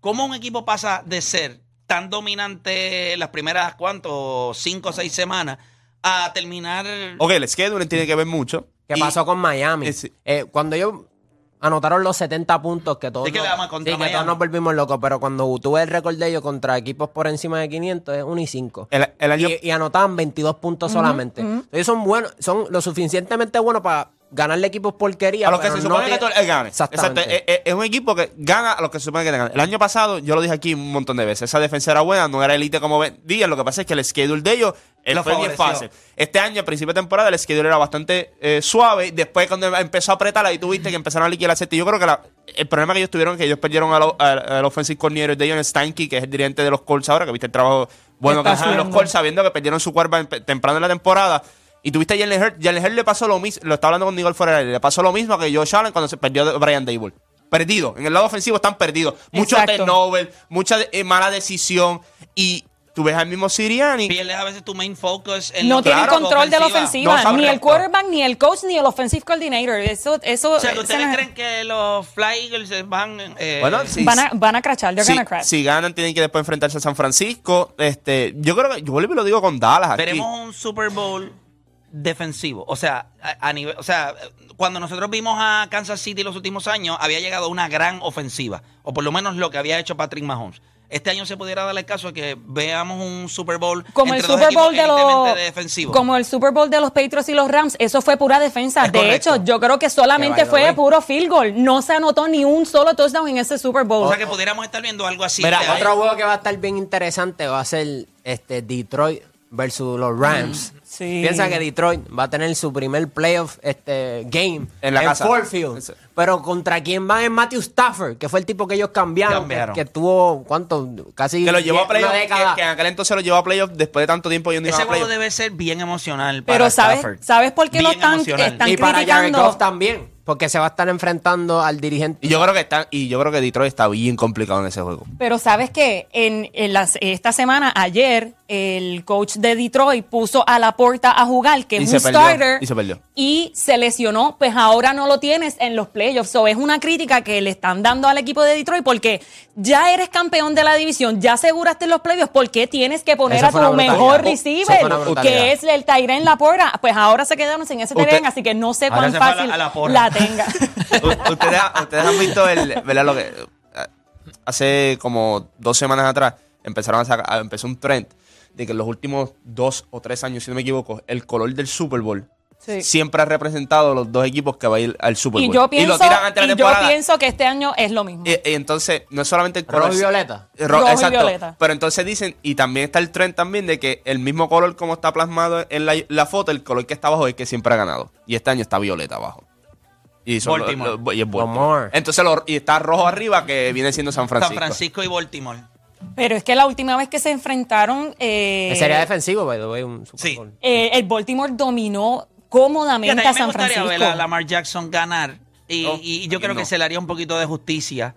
Speaker 3: cómo un equipo pasa de ser tan dominante las primeras, ¿cuánto? Cinco o seis semanas, a terminar...
Speaker 7: Ok, el scheduling tiene que ver mucho.
Speaker 5: ¿Qué
Speaker 7: Y-
Speaker 5: pasó con Miami?
Speaker 7: Eh, sí.
Speaker 5: Eh, cuando ellos anotaron los 70 puntos que todos,
Speaker 3: Sí, que
Speaker 5: nos,
Speaker 3: le damos contra
Speaker 5: sí, que todos
Speaker 3: Miami.
Speaker 5: nos volvimos locos, pero cuando tuve el récord de ellos contra equipos por encima de 500 es 1 y 5.
Speaker 7: El, el año,
Speaker 5: Y, y anotaban 22 puntos solamente. Ellos son buenos, son lo suficientemente buenos para ganarle equipos porquería.
Speaker 7: A los que
Speaker 5: pero
Speaker 7: se
Speaker 5: no
Speaker 7: supone que
Speaker 5: tiene-
Speaker 7: tú él gane.
Speaker 5: Exactamente.
Speaker 7: Exacto, eh, Es, es- es un equipo que gana a los que se supone que te gana. El año pasado, yo lo dije aquí un montón de veces, esa defensa era buena, no era elite como ve- días. Lo que pasa es que el schedule de ellos él
Speaker 3: Lo
Speaker 7: fue bien
Speaker 3: favoreció.
Speaker 7: fácil. Este año, al principio de temporada, el schedule era bastante eh, suave. Después, cuando empezó a apretar, ahí tuviste que empezaron a liquidar la seta. Yo creo que la- el problema que ellos tuvieron es que ellos perdieron al al- al offensive coordinator de ellos, Stanky, que es el dirigente de los Colts ahora, que viste el trabajo bueno que
Speaker 6: Está
Speaker 7: hacen los
Speaker 6: haciendo.
Speaker 7: Colts, sabiendo que perdieron su cuerpo temprano en la temporada. Y tuviste a Jalen Hurts. Jalen Hurts le pasó lo mismo. Lo estaba hablando con Nigel Ferrer. Le pasó lo mismo que Josh Allen cuando se perdió de Brian Dable. Perdido. En el lado ofensivo están perdidos. Mucho
Speaker 6: Exacto.
Speaker 7: turnover, mucha eh, mala decisión. Y tú ves al mismo Siriani.
Speaker 3: Pierdes a veces tu main focus en
Speaker 6: No
Speaker 3: lo-
Speaker 6: tienen
Speaker 7: Claro,
Speaker 6: control de la
Speaker 7: ofensiva.
Speaker 6: ofensiva,
Speaker 7: No saben
Speaker 6: ni el
Speaker 7: recto.
Speaker 6: quarterback, ni el coach, ni el offensive coordinator. Eso, eso.
Speaker 3: O sea, que
Speaker 6: se
Speaker 3: ¿ustedes
Speaker 6: nos-
Speaker 3: creen que los Fly Eagles eh, van... eh,
Speaker 7: Bueno, sí.
Speaker 6: van a, van a crachar, they're
Speaker 7: si,
Speaker 6: gonna crash.
Speaker 7: si ganan, tienen que después enfrentarse a San Francisco. Este, yo creo que. Yo vuelvo y lo digo con Dallas. Aquí.
Speaker 3: veremos un Super Bowl defensivo. O sea, a, a nivel, o sea, cuando nosotros vimos a Kansas City los últimos años, había llegado una gran ofensiva, o por lo menos lo que había hecho Patrick Mahomes. Este año se pudiera dar el caso de que veamos un Super Bowl
Speaker 6: como el
Speaker 3: entre dos
Speaker 6: Super Bowl de
Speaker 3: equipos
Speaker 6: los
Speaker 3: eminentemente defensivos.
Speaker 6: como el Super Bowl de los Patriots y los Rams, eso fue pura defensa.
Speaker 3: Es
Speaker 6: de
Speaker 3: correcto.
Speaker 6: hecho, yo creo que solamente
Speaker 5: Que by the
Speaker 6: fue
Speaker 5: way.
Speaker 6: puro field goal, no se anotó ni un solo touchdown en ese Super Bowl.
Speaker 3: o sea, que pudiéramos estar viendo algo así.
Speaker 5: Mira,
Speaker 3: este
Speaker 7: eh,
Speaker 3: año.
Speaker 5: otro juego que va a estar bien interesante va a ser este Detroit versus los Rams.
Speaker 6: Mm, sí.
Speaker 5: Piensa que Detroit va a tener su primer playoff este, game
Speaker 7: En la casa.
Speaker 5: Ford Field.
Speaker 7: Eso.
Speaker 5: Pero contra quién van es Matthew Stafford, que fue el tipo que ellos cambiaron,
Speaker 3: Cambiaron.
Speaker 5: Que, que tuvo, ¿cuánto? Casi
Speaker 7: Que lo llevó a
Speaker 5: diez- una
Speaker 7: playoff. Que,
Speaker 5: década.
Speaker 7: que en aquel entonces lo llevó a playoff después de tanto tiempo yendo y no
Speaker 3: Ese
Speaker 7: a
Speaker 3: juego
Speaker 7: playoff.
Speaker 3: debe ser bien emocional para
Speaker 6: pero sabes,
Speaker 3: Stafford.
Speaker 6: ¿sabes por qué
Speaker 3: Bien
Speaker 6: lo están,
Speaker 3: emocional.
Speaker 6: están
Speaker 5: y para Jared
Speaker 6: criticando?
Speaker 5: Goff también, porque se va a estar enfrentando al dirigente.
Speaker 7: Y yo creo que está, y yo creo que Detroit está bien complicado en ese juego.
Speaker 6: Pero sabes que en, en las- esta semana, ayer, el coach de Detroit puso a la puerta a jugar, que
Speaker 7: Y
Speaker 6: es
Speaker 7: se
Speaker 6: un
Speaker 7: perdió,
Speaker 6: starter,
Speaker 7: y se perdió.
Speaker 6: y se lesionó. Pues ahora no lo tienes en los playoffs. So, es una crítica que le están dando al equipo de Detroit porque ya eres campeón de la división, ya aseguraste los playoffs. ¿Por qué tienes que poner
Speaker 5: Esa
Speaker 6: a
Speaker 5: fue una
Speaker 6: tu mejor
Speaker 5: brutalidad. Esa fue una
Speaker 6: receiver,
Speaker 5: brutalidad.
Speaker 6: que es el Tyren La Porra? Pues ahora se quedaron sin ese
Speaker 7: Usted-
Speaker 6: Tyren, así que no sé
Speaker 3: Ahora
Speaker 6: cuán
Speaker 3: se fue a la-
Speaker 6: fácil
Speaker 3: a la porra.
Speaker 6: la tenga.
Speaker 7: U- ustedes, ha- ustedes han visto el, ¿verdad? Lo que eh, hace como dos semanas atrás empezaron a sacar, a- empezó un trend de que en los últimos dos o tres años, si no me equivoco, el color del Super Bowl
Speaker 6: Sí.
Speaker 7: siempre ha representado los dos equipos que va a ir al Super
Speaker 6: Y
Speaker 7: Bowl.
Speaker 6: yo pienso,
Speaker 7: lo tiran antes de
Speaker 6: y
Speaker 7: la
Speaker 6: yo
Speaker 7: temporada.
Speaker 6: pienso que este año es lo mismo.
Speaker 7: Y, y entonces, no es solamente el color.
Speaker 5: Rojo y violeta.
Speaker 7: Eh, Ro-
Speaker 6: Rojo y
Speaker 7: exacto.
Speaker 6: violeta.
Speaker 7: Pero entonces dicen, y también está el trend también de que el mismo color como está plasmado en la, la foto, el color que está abajo es el que siempre ha ganado. Y este año está violeta abajo. Y, son lo-
Speaker 3: Baltimore.
Speaker 7: lo- y es Baltimore.
Speaker 5: Baltimore.
Speaker 7: Entonces lo- y está rojo arriba que viene siendo San Francisco.
Speaker 3: San Francisco y Baltimore.
Speaker 6: Pero es que la última vez que se enfrentaron, eh,
Speaker 5: Sería defensivo, by the way, un Super
Speaker 3: Sí.
Speaker 5: Bowl.
Speaker 6: eh, el Baltimore dominó cómodamente
Speaker 3: Fíjate,
Speaker 6: a
Speaker 3: a mí me
Speaker 6: San
Speaker 3: gustaría
Speaker 6: Francisco.
Speaker 3: ver a Lamar Jackson ganar. Y,
Speaker 5: Oh,
Speaker 7: No,
Speaker 3: y yo
Speaker 7: no.
Speaker 3: creo que se le haría un poquito de justicia.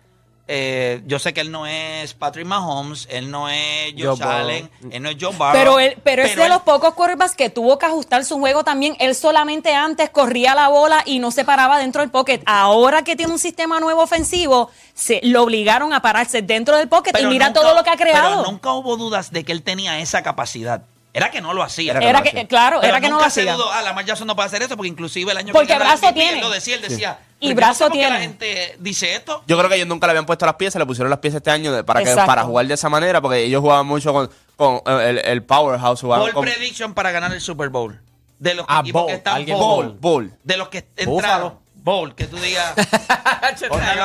Speaker 3: Eh, yo sé que él no es Patrick Mahomes, él no es Josh
Speaker 5: Joe Burrow.
Speaker 3: Allen, él no es Joe Burrow.
Speaker 6: Pero, él, pero es de
Speaker 3: él-
Speaker 6: los pocos quarterbacks que tuvo que ajustar su juego también. Él solamente antes corría la bola y no se paraba dentro del pocket. Ahora que tiene un sistema nuevo ofensivo, se lo obligaron a pararse dentro del pocket
Speaker 3: pero
Speaker 6: y mira
Speaker 3: nunca-
Speaker 6: todo lo que ha creado.
Speaker 3: Pero nunca hubo dudas de que él tenía esa capacidad. Era que no lo hacía.
Speaker 7: Era
Speaker 6: era que, claro,
Speaker 3: Pero
Speaker 6: era que no lo
Speaker 3: nunca se
Speaker 6: hacía.
Speaker 3: dudó, ah, Lamar Jackson no puede hacer eso porque inclusive el año
Speaker 6: Porque
Speaker 3: ganó el
Speaker 6: brazo
Speaker 3: MVP, él
Speaker 6: tiene.
Speaker 3: lo decía, él decía. "Pero
Speaker 6: Y
Speaker 3: yo no
Speaker 6: brazo
Speaker 3: sé por qué
Speaker 6: tiene.
Speaker 3: la gente dice esto.
Speaker 7: Yo creo que ellos nunca le habían puesto las piezas, le pusieron las piezas este año de- para, que,
Speaker 6: Exacto.
Speaker 7: para jugar de esa manera, porque ellos jugaban mucho con, con eh, el, el Powerhouse. jugaban
Speaker 3: Ball
Speaker 7: con-
Speaker 3: prediction para ganar el Super Bowl. De los
Speaker 5: Ah,
Speaker 3: equipos
Speaker 5: bowl,
Speaker 3: que están
Speaker 5: alguien
Speaker 7: Ball, Ball.
Speaker 3: De los que entraron. Bowl, que tú digas.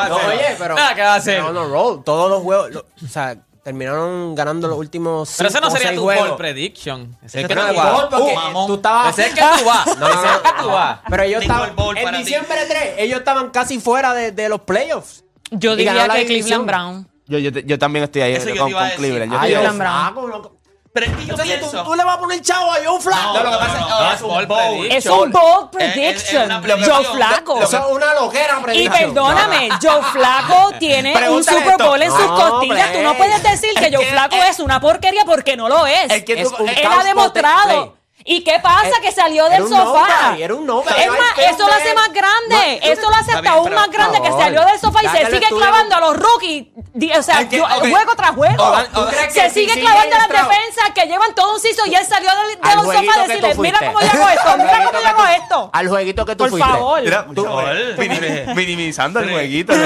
Speaker 5: No, oye, pero.
Speaker 4: Ah, ¿qué va a hacer?
Speaker 5: No, no, roll. Todos los juegos. lo- o sea, terminaron ganando los últimos.
Speaker 4: Pero ese
Speaker 5: cinco
Speaker 4: no
Speaker 5: o
Speaker 4: sería
Speaker 5: seis
Speaker 4: tu
Speaker 5: juegos.
Speaker 4: ball prediction. Ese es
Speaker 5: Es
Speaker 4: que
Speaker 5: que no
Speaker 4: tú
Speaker 5: es gol,
Speaker 4: vas.
Speaker 5: porque
Speaker 3: mamón.
Speaker 5: tú estabas.
Speaker 4: Ese es el que tú vas.
Speaker 5: No, no,
Speaker 4: Ese es el que tú vas.
Speaker 5: Pero ellos
Speaker 3: Ningún
Speaker 5: estaban.
Speaker 3: ball para
Speaker 5: En
Speaker 3: ti.
Speaker 5: diciembre 3, ellos estaban casi fuera de, de los playoffs.
Speaker 6: Yo
Speaker 5: Y ganó
Speaker 6: diría
Speaker 5: la
Speaker 6: que
Speaker 5: división.
Speaker 6: Cleveland Brown.
Speaker 7: Yo, yo, yo también estoy ahí
Speaker 3: Eso yo
Speaker 7: con,
Speaker 3: te iba a
Speaker 7: con
Speaker 3: decir.
Speaker 7: Cleveland. Yo
Speaker 5: Ay,
Speaker 7: estoy ahí.
Speaker 6: Cleveland Brown.
Speaker 5: flaco, loco.
Speaker 3: Pero es que yo
Speaker 5: Entonces tú,
Speaker 3: pienso.
Speaker 5: tú le vas a poner chavo a Joe Flaco.
Speaker 3: No,
Speaker 7: lo que pasa es-
Speaker 3: no,
Speaker 7: es
Speaker 3: es
Speaker 7: un
Speaker 3: bold
Speaker 7: bowl.
Speaker 3: prediction.
Speaker 6: Es un bold
Speaker 3: Es- es- es
Speaker 6: prediction.
Speaker 3: eh, una predicción.
Speaker 6: Joe Flaco.
Speaker 5: Eso es una loquera,
Speaker 6: Y
Speaker 5: prediction.
Speaker 6: perdóname, Joe Flaco tiene un
Speaker 7: Pregúntale
Speaker 6: Super
Speaker 7: esto.
Speaker 6: Bowl en sus
Speaker 5: No,
Speaker 6: costillas. Tú no
Speaker 5: hombre.
Speaker 6: puedes decir que Joe Flaco es una porquería porque no lo es.
Speaker 7: El que
Speaker 5: Es
Speaker 7: tú-
Speaker 5: un
Speaker 7: el-
Speaker 6: Él
Speaker 5: caos
Speaker 6: ha demostrado.
Speaker 5: play.
Speaker 6: ¿Y qué pasa?
Speaker 5: Era-
Speaker 6: Que salió
Speaker 5: era
Speaker 6: del
Speaker 5: un
Speaker 6: sofá.
Speaker 5: nobody, era un nobody.
Speaker 6: Es
Speaker 5: No hay
Speaker 6: más,
Speaker 5: film
Speaker 6: eso lo
Speaker 5: de
Speaker 6: hace
Speaker 5: él.
Speaker 6: más grande.
Speaker 5: No,
Speaker 6: eso lo
Speaker 3: está
Speaker 6: hace hasta
Speaker 3: bien,
Speaker 6: aún
Speaker 3: pero,
Speaker 6: más grande que
Speaker 5: favor,
Speaker 6: salió del sofá y se
Speaker 5: dándole
Speaker 6: sigue
Speaker 5: tú-
Speaker 6: clavando a los rookies. Di- O sea,
Speaker 7: Es que,
Speaker 6: yo-
Speaker 7: ok.
Speaker 6: juego tras juego.
Speaker 7: O dan- o-
Speaker 5: crees
Speaker 6: se
Speaker 5: que
Speaker 6: sigue
Speaker 5: si
Speaker 6: clavando a
Speaker 5: siguen
Speaker 6: las
Speaker 5: entrado-
Speaker 6: defensas que llevan todo un siso y él salió del, del
Speaker 5: Al
Speaker 6: sofá
Speaker 5: jueguito
Speaker 6: a
Speaker 5: que tú
Speaker 6: decirle, mira
Speaker 5: fuiste".
Speaker 6: cómo yo hago esto,
Speaker 5: Al
Speaker 6: mira
Speaker 5: jueguito
Speaker 6: cómo
Speaker 5: que
Speaker 6: yo hago
Speaker 5: tú-
Speaker 6: esto.
Speaker 5: Al jueguito que tú
Speaker 6: Por
Speaker 5: fuiste.
Speaker 6: favor.
Speaker 7: Mira, minim- minimizando el jueguito, el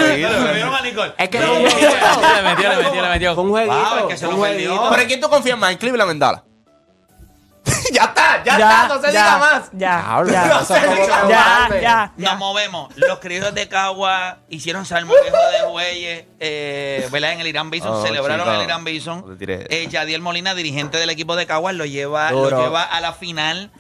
Speaker 7: jueguito.
Speaker 5: Es que no es un
Speaker 4: Le metió, le metió, le metió.
Speaker 5: Fue un jueguito.
Speaker 3: Wow, es que se
Speaker 5: fue
Speaker 3: lo
Speaker 5: un
Speaker 3: perdió.
Speaker 5: jueguito.
Speaker 7: ¿Pero en quién tú confías más? ¿En Cleveland o en Dallas? ya está, ya, está, no se
Speaker 6: ya,
Speaker 7: diga más.
Speaker 6: Ya,
Speaker 5: Ahora,
Speaker 6: ya,
Speaker 5: no sé cómo
Speaker 6: ya,
Speaker 5: calmarme.
Speaker 6: ya.
Speaker 3: Nos movemos. Los criollos de Cagua hicieron salmorejo de bueyes, eh, ¿verdad? En el Irán Bison.
Speaker 7: Oh,
Speaker 3: celebraron
Speaker 7: chico.
Speaker 3: el Irán
Speaker 7: No
Speaker 3: Bison.
Speaker 7: te tires.
Speaker 3: Eh, Yadiel Molina, dirigente del equipo de Caguas, lo lleva,
Speaker 5: Duro.
Speaker 3: lo lleva a la final.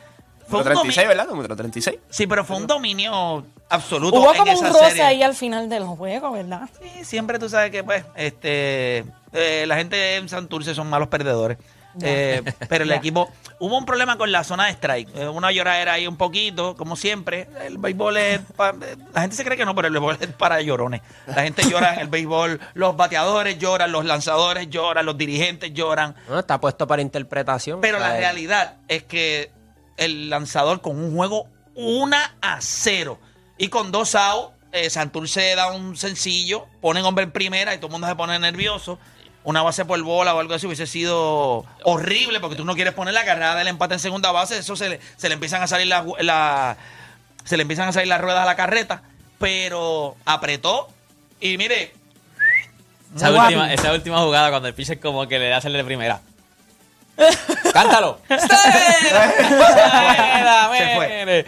Speaker 3: Fue
Speaker 7: Número
Speaker 3: un domi-
Speaker 7: 36, ¿verdad? Número 36.
Speaker 3: Sí, pero fue un dominio absoluto.
Speaker 6: Hubo
Speaker 3: en
Speaker 6: como
Speaker 3: esa
Speaker 6: un roce
Speaker 3: serie.
Speaker 6: ahí al final del juego, ¿verdad?
Speaker 3: Sí, siempre tú sabes que, pues, este, eh, la gente en Santurce son malos perdedores. Eh, pero el
Speaker 6: Ya.
Speaker 3: equipo. Hubo un problema con la zona de strike. Eh, una lloradera ahí un poquito, como siempre. El béisbol es. pa- eh, la gente se cree que no, pero el béisbol es para llorones. La gente llora en el béisbol. Los bateadores lloran, los lanzadores lloran, los dirigentes lloran.
Speaker 5: No, está puesto para interpretación.
Speaker 3: Pero
Speaker 5: o sea,
Speaker 3: la realidad es que el lanzador con un juego 1 a 0 y con dos outs, eh, Santurce da un sencillo, ponen hombre en primera y todo el mundo se pone nervioso. una base por bola o algo así hubiese sido horrible porque tú no quieres poner la carrera del empate en segunda base. Eso se le, se le empiezan a salir las la- se le empiezan a salir las ruedas a la carreta. Pero apretó y mire,
Speaker 4: Esa
Speaker 6: Guapi.
Speaker 4: última, esa última jugada cuando el pitcher como que le da hacerle de primera. ¡Cántalo!
Speaker 3: Se
Speaker 4: Se
Speaker 3: fue.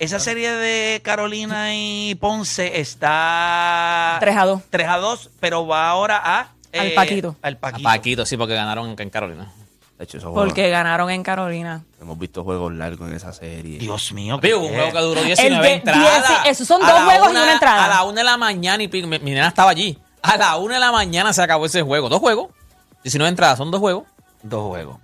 Speaker 3: esa serie de Carolina y Ponce está
Speaker 6: 3 a 2.
Speaker 3: 3 a 2, pero va ahora a eh,
Speaker 6: Al Paquito.
Speaker 3: Al Paquito.
Speaker 4: Paquito, sí, porque ganaron en Carolina.
Speaker 7: De hecho, esos juegos-
Speaker 6: Porque ganaron en Carolina.
Speaker 7: Hemos visto juegos largos en esa serie.
Speaker 3: Dios mío,
Speaker 4: Papi, hubo un
Speaker 3: qué-
Speaker 4: juego que duró 19
Speaker 6: eh, de-
Speaker 4: entradas.
Speaker 6: dieci- esos son
Speaker 4: A
Speaker 6: dos
Speaker 4: la
Speaker 6: juegos y una entrada.
Speaker 4: A la una de la mañana y pico. Mi, mi nena estaba allí. A la una de la mañana se acabó ese juego. Dos juegos. 19 entradas, son dos juegos.
Speaker 3: Dos juegos.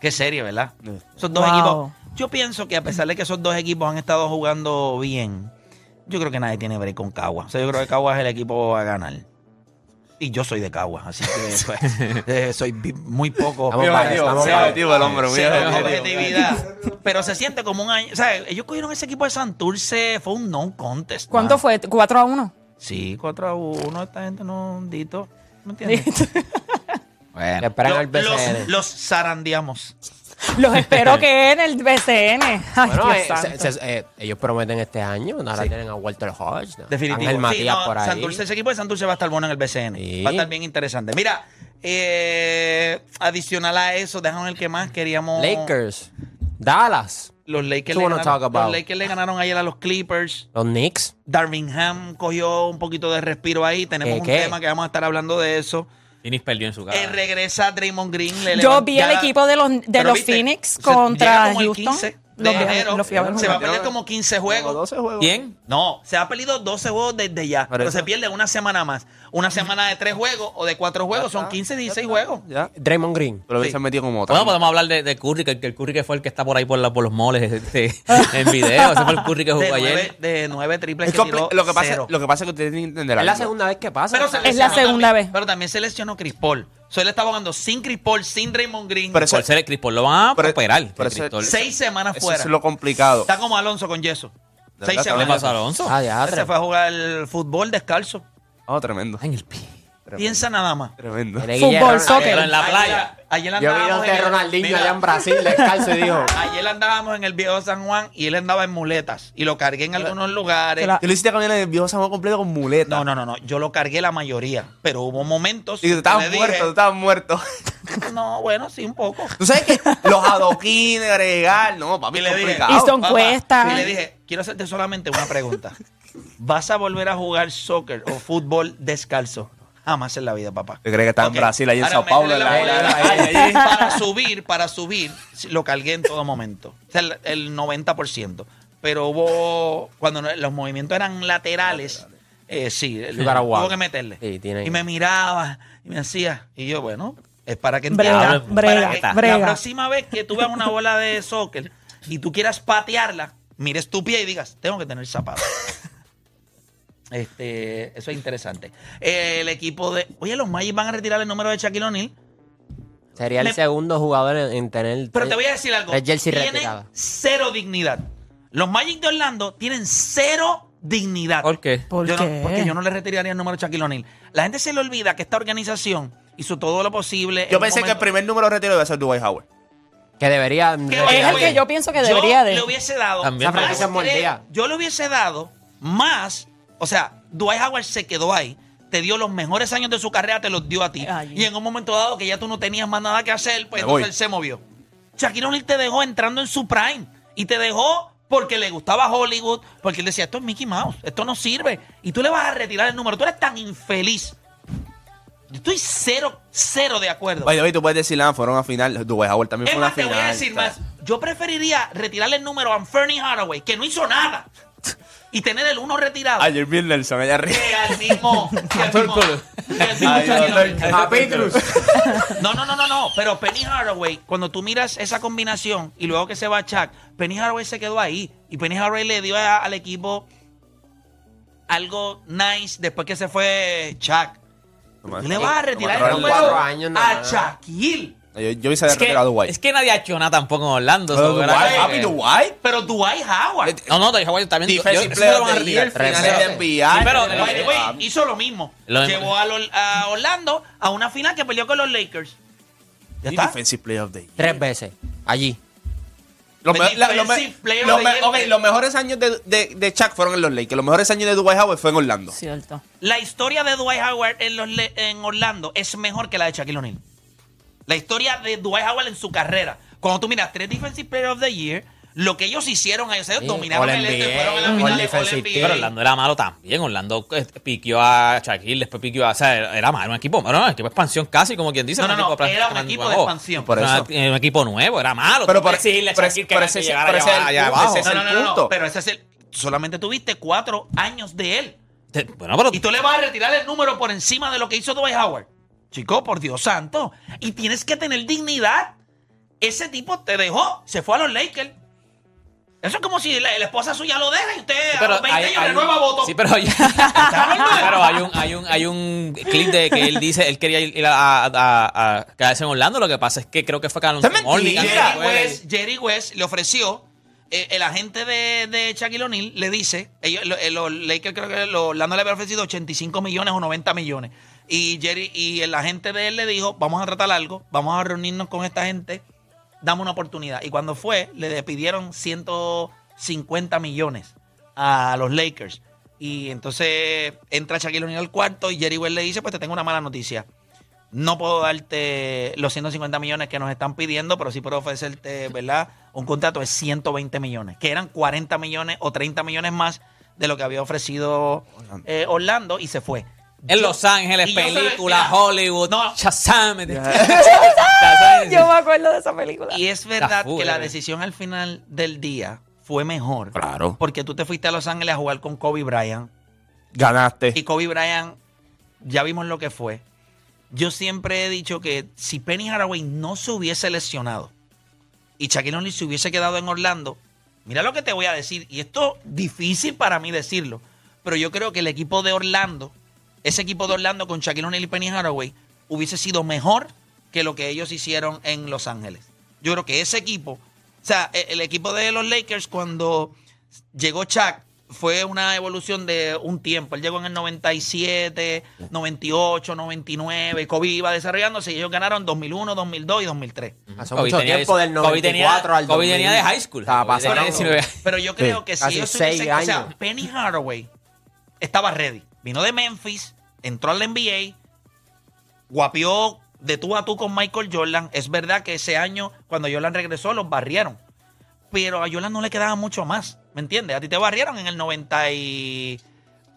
Speaker 3: Qué serie, ¿verdad? Esos dos
Speaker 6: Wow.
Speaker 3: equipos. Yo pienso que a pesar de que esos dos equipos han estado jugando bien, yo creo que nadie tiene break con Cagua. O sea, yo creo que Cagua es el equipo a ganar. Y yo soy de Cagua, así que pues, eh, soy bi- muy poco.
Speaker 5: Vamos para
Speaker 7: Objetivo,
Speaker 5: estamos
Speaker 7: sí,
Speaker 5: para-
Speaker 7: objetivo el hombre,
Speaker 3: Sí,
Speaker 7: mira,
Speaker 3: con
Speaker 7: objetivo.
Speaker 3: objetividad. Pero se siente como un año. O sea, ellos cogieron ese equipo de Santurce, fue un no contest.
Speaker 6: ¿Cuánto
Speaker 3: mano.
Speaker 6: fue? 4 a 1.
Speaker 3: Sí, 4 a 1. Esta gente no, Dito. ¿Me entiendes?
Speaker 5: Que esperan al
Speaker 3: Los-
Speaker 5: BCN.
Speaker 3: los zarandeamos.
Speaker 6: Los espero que en el BCN. Ay,
Speaker 5: Bueno,
Speaker 6: Dios
Speaker 5: eh,
Speaker 6: santo.
Speaker 5: se- se- eh, ellos prometen este año. Ahora tienen a Walter Hodge. ¿no?
Speaker 3: Definitivo.
Speaker 5: Ángel
Speaker 3: Sí,
Speaker 5: Matías
Speaker 3: no,
Speaker 5: por ahí.
Speaker 3: Santurce, ese equipo de Santurce va a estar bueno en el BCN.
Speaker 5: Sí.
Speaker 3: Va a estar bien interesante. Mira, eh, adicional a eso, déjame el que más queríamos.
Speaker 5: Lakers. Dallas.
Speaker 3: Los Lakers, le
Speaker 5: That's what I'm
Speaker 3: ganaron,
Speaker 5: talking about.
Speaker 3: los Lakers le ganaron ayer a los Clippers.
Speaker 5: Los Knicks.
Speaker 3: Darvingham cogió un poquito de respiro ahí. Tenemos
Speaker 5: ¿Qué,
Speaker 3: un
Speaker 5: qué?
Speaker 3: tema que vamos a estar hablando de eso.
Speaker 4: Phoenix perdió en su casa.
Speaker 3: Eh, regresa Draymond Green. le
Speaker 6: Yo
Speaker 3: levanta-
Speaker 6: vi el
Speaker 3: ya-
Speaker 6: equipo de los, de
Speaker 3: Pero
Speaker 6: los
Speaker 3: viste,
Speaker 6: Phoenix
Speaker 3: se- llega
Speaker 6: contra
Speaker 3: como el
Speaker 6: Houston.
Speaker 3: 15 de
Speaker 6: Los vi a-
Speaker 3: enero.
Speaker 6: los fui a ver
Speaker 3: se va a
Speaker 6: jugar.
Speaker 3: perder como 15
Speaker 7: Como
Speaker 3: juegos.
Speaker 7: 12 juegos.
Speaker 4: ¿Quién?
Speaker 3: No, se ha perdido 12 juegos desde ya.
Speaker 7: Por
Speaker 3: Pero
Speaker 7: eso.
Speaker 3: se pierde una semana más. Una semana de 3 juegos o de 4 juegos. Son 15, 16 juegos.
Speaker 7: Ya.
Speaker 5: Draymond Green.
Speaker 7: Pero se han metido como otra.
Speaker 4: Bueno, podemos hablar de, de Curry, que, que el Curry que fue el que está por ahí por, la- por los moles este, en video. Ese fue el Curry que
Speaker 3: De
Speaker 4: jugó ayer.
Speaker 3: 9, de nueve triples
Speaker 7: Es
Speaker 3: que tiró
Speaker 7: compli- lo, que pasa,
Speaker 3: cero.
Speaker 7: lo que pasa es que ustedes tienen que entender
Speaker 5: Es la
Speaker 7: algo.
Speaker 5: segunda vez que pasa.
Speaker 3: Pero se
Speaker 6: Es la
Speaker 3: lesionó
Speaker 6: segunda
Speaker 3: también-
Speaker 6: vez.
Speaker 3: Pero también se lesionó Chris Paul. Solo le estaba jugando sin Chris Paul, sin Draymond Green.
Speaker 7: Pero eso-
Speaker 4: Por ser el Chris Paul, lo van a
Speaker 7: Pero-
Speaker 4: operar.
Speaker 7: pero
Speaker 4: el Chris
Speaker 7: eso-
Speaker 4: Paul.
Speaker 3: seis semanas
Speaker 7: Eso
Speaker 3: fuera.
Speaker 7: es lo complicado.
Speaker 3: Está como Alonso con yeso.
Speaker 7: De verdad,
Speaker 3: Seis
Speaker 4: ¿Qué le
Speaker 3: semanas.
Speaker 4: pasó a Alonso?
Speaker 5: Ah, ya,
Speaker 3: Él se fue a jugar el fútbol descalzo.
Speaker 7: Oh, tremendo.
Speaker 4: En el pie.
Speaker 7: Tremendo.
Speaker 3: Piensa nada más.
Speaker 7: Tremendo.
Speaker 5: Tiene
Speaker 6: Fútbol,
Speaker 5: Guillermo-
Speaker 6: soccer.
Speaker 4: Pero en la playa.
Speaker 3: Ayer,
Speaker 5: Yo vi
Speaker 3: andábamos
Speaker 5: donde
Speaker 3: en el-
Speaker 5: Ronaldinho
Speaker 3: Mira,
Speaker 5: allá en Brasil descalzo y dijo...
Speaker 3: Ayer andábamos en el viejo San Juan y él andaba en muletas. Y lo cargué en algunos lugares.
Speaker 6: Claro.
Speaker 7: Tú lo hiciste caminar en el viejo San Juan completo con muleta.
Speaker 3: No, no, no, no. Yo lo cargué la mayoría. Pero hubo momentos.
Speaker 7: Y tú
Speaker 3: que
Speaker 7: estabas
Speaker 3: le
Speaker 7: muerto,
Speaker 3: dije,
Speaker 7: tú estabas muerto.
Speaker 3: No, bueno, sí, un poco.
Speaker 7: ¿Tú sabes qué? Los adoquines, agregar, no, papi,
Speaker 3: Y le dije,
Speaker 7: complicado.
Speaker 6: Y son
Speaker 7: papá.
Speaker 6: cuestas.
Speaker 3: Y le dije, quiero hacerte solamente una pregunta. ¿Vas a volver a jugar soccer o fútbol descalzo? Jamás en la vida, papá.
Speaker 7: Yo creo que está en
Speaker 3: Ok.
Speaker 7: Brasil, ahí en
Speaker 3: Ahora
Speaker 7: Sao Paulo.
Speaker 3: métele
Speaker 7: en
Speaker 3: la
Speaker 7: la-
Speaker 3: bola
Speaker 7: la-
Speaker 3: ahí,
Speaker 7: la-
Speaker 3: ahí. Para subir, para subir, lo cargué en todo momento. O sea, el, el 90%. Pero hubo, cuando no- los movimientos eran laterales, eh, sí, el-
Speaker 5: Lugar aguado.
Speaker 3: tuvo que meterle.
Speaker 5: Sí, tiene-
Speaker 3: Y me miraba, y me hacía. Y yo, bueno, es para que
Speaker 6: Brega,
Speaker 3: entiendas.
Speaker 6: brega,
Speaker 3: Para que La
Speaker 6: brega.
Speaker 3: próxima vez que tú veas una bola de soccer y tú quieras patearla, mires tu pie y digas, tengo que tener zapatos. Este, eso es interesante. Eh, el equipo de. Oye, los Magic van a retirar el número de Shaquille O'Neal.
Speaker 5: Sería
Speaker 3: Me-
Speaker 5: el segundo jugador en, en tener...
Speaker 3: Pero
Speaker 5: tres-
Speaker 3: te voy a decir algo.
Speaker 5: tres jerseys
Speaker 3: tienen
Speaker 5: retirados.
Speaker 3: cero dignidad. Los Magic de Orlando tienen cero dignidad.
Speaker 4: ¿Por qué?
Speaker 6: ¿Por
Speaker 3: Yo no-
Speaker 6: qué?
Speaker 3: porque yo no le retiraría el número de Shaquille O'Neal. La gente se le olvida que esta organización hizo todo lo posible. en
Speaker 7: Yo
Speaker 3: un
Speaker 7: pensé que el
Speaker 3: momento-
Speaker 7: primer número retiro iba a ser Dwight Howard.
Speaker 5: Que debería...
Speaker 3: Que
Speaker 6: Es el
Speaker 3: oye,
Speaker 6: que yo pienso que debería de.
Speaker 3: le hubiese dado.
Speaker 4: También.
Speaker 3: más
Speaker 5: Esa franquicia es mordida.
Speaker 3: tres- yo le hubiese dado más. O sea, Dwight Howard se quedó ahí. Te dio los mejores años de su carrera, te los dio a ti.
Speaker 6: Ay.
Speaker 3: Y en un momento dado que ya tú no tenías más nada que hacer, pues
Speaker 7: Me voy.
Speaker 3: entonces él se movió. Shaquille O'Neal te dejó entrando en su prime. Y te dejó porque le gustaba Hollywood, porque él decía, esto es Mickey Mouse, esto no sirve. Y tú le vas a retirar el número. Tú eres tan infeliz. Yo estoy cero, cero de acuerdo.
Speaker 7: Oye, oye, tú puedes decir, ah, fueron a final. Dwight Howard también
Speaker 3: Es
Speaker 7: fue a una
Speaker 3: más, te
Speaker 7: final.
Speaker 3: voy a decir
Speaker 7: ¿sabes?
Speaker 3: más. Yo preferiría retirarle el número a Fernie Haraway, que no hizo nada, y tener el uno retirado.
Speaker 7: Ayer vi el Nelson allá arriba.
Speaker 3: que al mismo. que al mismo- que al mismo
Speaker 7: Ay,
Speaker 3: Shaquille O'Neal.
Speaker 7: doctor.
Speaker 3: No, no, no, no, no. Pero Penny Haraway, cuando tú miras esa combinación y luego que se va Chuck, Penny Haraway se quedó ahí. Y Penny Haraway le dio a- al equipo algo nice después que se fue Chuck. Tú le vas a retirar el
Speaker 7: Cuatro
Speaker 3: número
Speaker 5: Ah, años nada
Speaker 3: a
Speaker 5: más.
Speaker 3: Shaquille.
Speaker 7: Yo, yo hubiese
Speaker 4: Es que,
Speaker 7: retirado a Dwight.
Speaker 4: es que nadie ha hecho nada tampoco en Orlando.
Speaker 7: Pero
Speaker 4: so,
Speaker 7: Dwight,
Speaker 4: era como
Speaker 7: papi,
Speaker 4: que-
Speaker 7: Dwight.
Speaker 3: Pero Dwight Howard.
Speaker 4: No, no, te dije, bueno, también. yo-
Speaker 7: Defensive
Speaker 4: eso se
Speaker 7: player
Speaker 4: lo van a
Speaker 7: of the year,
Speaker 4: retirar.
Speaker 7: final
Speaker 4: Eso-
Speaker 7: del
Speaker 4: Sí, pero,
Speaker 7: NBA.
Speaker 4: by the way,
Speaker 3: Oye, hizo lo mismo.
Speaker 4: Lo mismo.
Speaker 3: Llevó a, los- a Orlando a una final que perdió con los Lakers. Ya
Speaker 7: Y
Speaker 3: está.
Speaker 7: Defensive Player of the Year.
Speaker 5: Tres veces. Allí.
Speaker 7: Los, me- la- los me-
Speaker 3: Defensive Player
Speaker 7: los
Speaker 3: of
Speaker 7: me-
Speaker 3: the Year.
Speaker 7: ok, los mejores años de, de, de Chuck fueron en los Lakers. Los mejores años de Dwight Howard fue en Orlando.
Speaker 6: Cierto.
Speaker 3: La historia de Dwight Howard en, los Le- en Orlando es mejor que la de Shaquille O'Neal. La historia de Dwight Howard en su carrera. Cuando tú miras tres Defensive Player of the Year, lo que ellos hicieron, ellos ellos
Speaker 5: Sí,
Speaker 3: dominaron el
Speaker 5: All-NBA,
Speaker 3: este, fueron a la
Speaker 5: All
Speaker 3: final de
Speaker 5: Defensive
Speaker 3: All-NBA.
Speaker 5: Team.
Speaker 4: Pero Orlando era malo también. Orlando eh, piqueó a Shaquille, después piqueó a. O sea, era- era malo. Un equipo, no, no, un equipo de expansión casi, como quien dice.
Speaker 3: No, no,
Speaker 4: equipo
Speaker 3: no,
Speaker 4: de-
Speaker 3: era un equipo de
Speaker 4: nuevo.
Speaker 3: expansión.
Speaker 7: Por
Speaker 4: No,
Speaker 7: eso.
Speaker 4: era Un equipo nuevo, era malo.
Speaker 7: Pero
Speaker 4: Tú
Speaker 7: por-
Speaker 4: exigirle a
Speaker 7: pero-
Speaker 4: Shaquille que
Speaker 7: pero
Speaker 4: que
Speaker 7: ese-
Speaker 4: llegara
Speaker 7: pero
Speaker 4: allá
Speaker 7: ese es el
Speaker 4: abajo, allá
Speaker 7: punto,
Speaker 4: abajo.
Speaker 7: ese es
Speaker 3: No,
Speaker 7: el
Speaker 3: no, no, no,
Speaker 7: punto.
Speaker 3: pero ese es el. Solamente tuviste cuatro años de él.
Speaker 4: Te- Bueno, pero
Speaker 3: Y tú le vas a retirar el número por encima de lo que hizo Dwight Howard. Chico, por Dios santo. Y tienes que tener dignidad. Ese tipo te dejó, se fue a los Lakers. Eso es como si la, la esposa suya lo deja y usted a los 20 años renueva voto.
Speaker 4: Sí, pero, pero hay, un, hay, un, hay un clip de que él dice, él quería ir a, a, a- a quedarse en Orlando, lo que pasa es que creo que fue Carlos
Speaker 7: Eso es mentira.
Speaker 3: Jerry,
Speaker 4: pues,
Speaker 3: West, Jerry West le ofreció, eh, el agente de, de Shaquille O'Neal le dice, ellos, lo- eh, los Lakers creo que los Orlando le había ofrecido 85 millones o 90 millones. Y Jerry y el agente de él le dijo, vamos a tratar algo, vamos a reunirnos con esta gente, dame una oportunidad. Y cuando fue, le pidieron 150 millones a los Lakers. Y entonces entra Shaquille O'Neal al cuarto y Jerry West le dice, pues te tengo una mala noticia no puedo darte los 150 millones que nos están pidiendo, pero sí puedo ofrecerte, ¿verdad? Un contrato de 120 millones, que eran 40 millones o 30 millones más de lo que había ofrecido eh, Orlando y se fue.
Speaker 4: En Los Ángeles,
Speaker 3: Y yo se lo-
Speaker 4: películas,
Speaker 3: mira,
Speaker 4: Hollywood,
Speaker 3: no.
Speaker 4: Shazam.
Speaker 6: Yo me acuerdo de esa película.
Speaker 3: Y es verdad
Speaker 4: Cajú,
Speaker 3: que la
Speaker 4: era.
Speaker 3: decisión al final del día fue mejor.
Speaker 7: Claro.
Speaker 3: Porque tú te fuiste a Los Ángeles a jugar con Kobe Bryant.
Speaker 7: Ganaste.
Speaker 3: Y Kobe Bryant, ya vimos lo que fue. Yo siempre he dicho que si Penny Haraway no se hubiese lesionado y Shaquille O'Neal se hubiese quedado en Orlando, mira lo que te voy a decir, y esto difícil para mí decirlo, pero yo creo que el equipo de Orlando, ese equipo de Orlando con Shaquille O'Neal y Penny Haraway, hubiese sido mejor que lo que ellos hicieron en Los Ángeles. Yo creo que ese equipo, o sea, e- el equipo de los Lakers cuando llegó Shaq fue una evolución de un tiempo. Él llegó en el 97, 98, 99. Kobe iba desarrollándose y ellos ganaron 2001, 2002 y 2003.
Speaker 5: Hace
Speaker 4: Kobe
Speaker 5: mucho
Speaker 4: tenía
Speaker 5: tiempo, del 94
Speaker 4: Kobe tenía-
Speaker 5: al 2000.
Speaker 4: Kobe tenía de high school.
Speaker 5: Estaba
Speaker 4: Kobe tenía
Speaker 5: pasando.
Speaker 4: 19.
Speaker 3: Pero yo creo
Speaker 7: Sí,
Speaker 3: que si
Speaker 5: casi
Speaker 3: ellos
Speaker 5: seis
Speaker 3: hubiesen- o sea,
Speaker 5: años.
Speaker 3: Penny Hardaway estaba ready. Vino de Memphis, entró al NBA, guapió de tú a tú con Michael Jordan. Es verdad que ese año, cuando Jordan regresó, los barrieron. Pero a Jordan no le quedaba mucho más, ¿me entiendes? A ti te barrieron en el 90 y-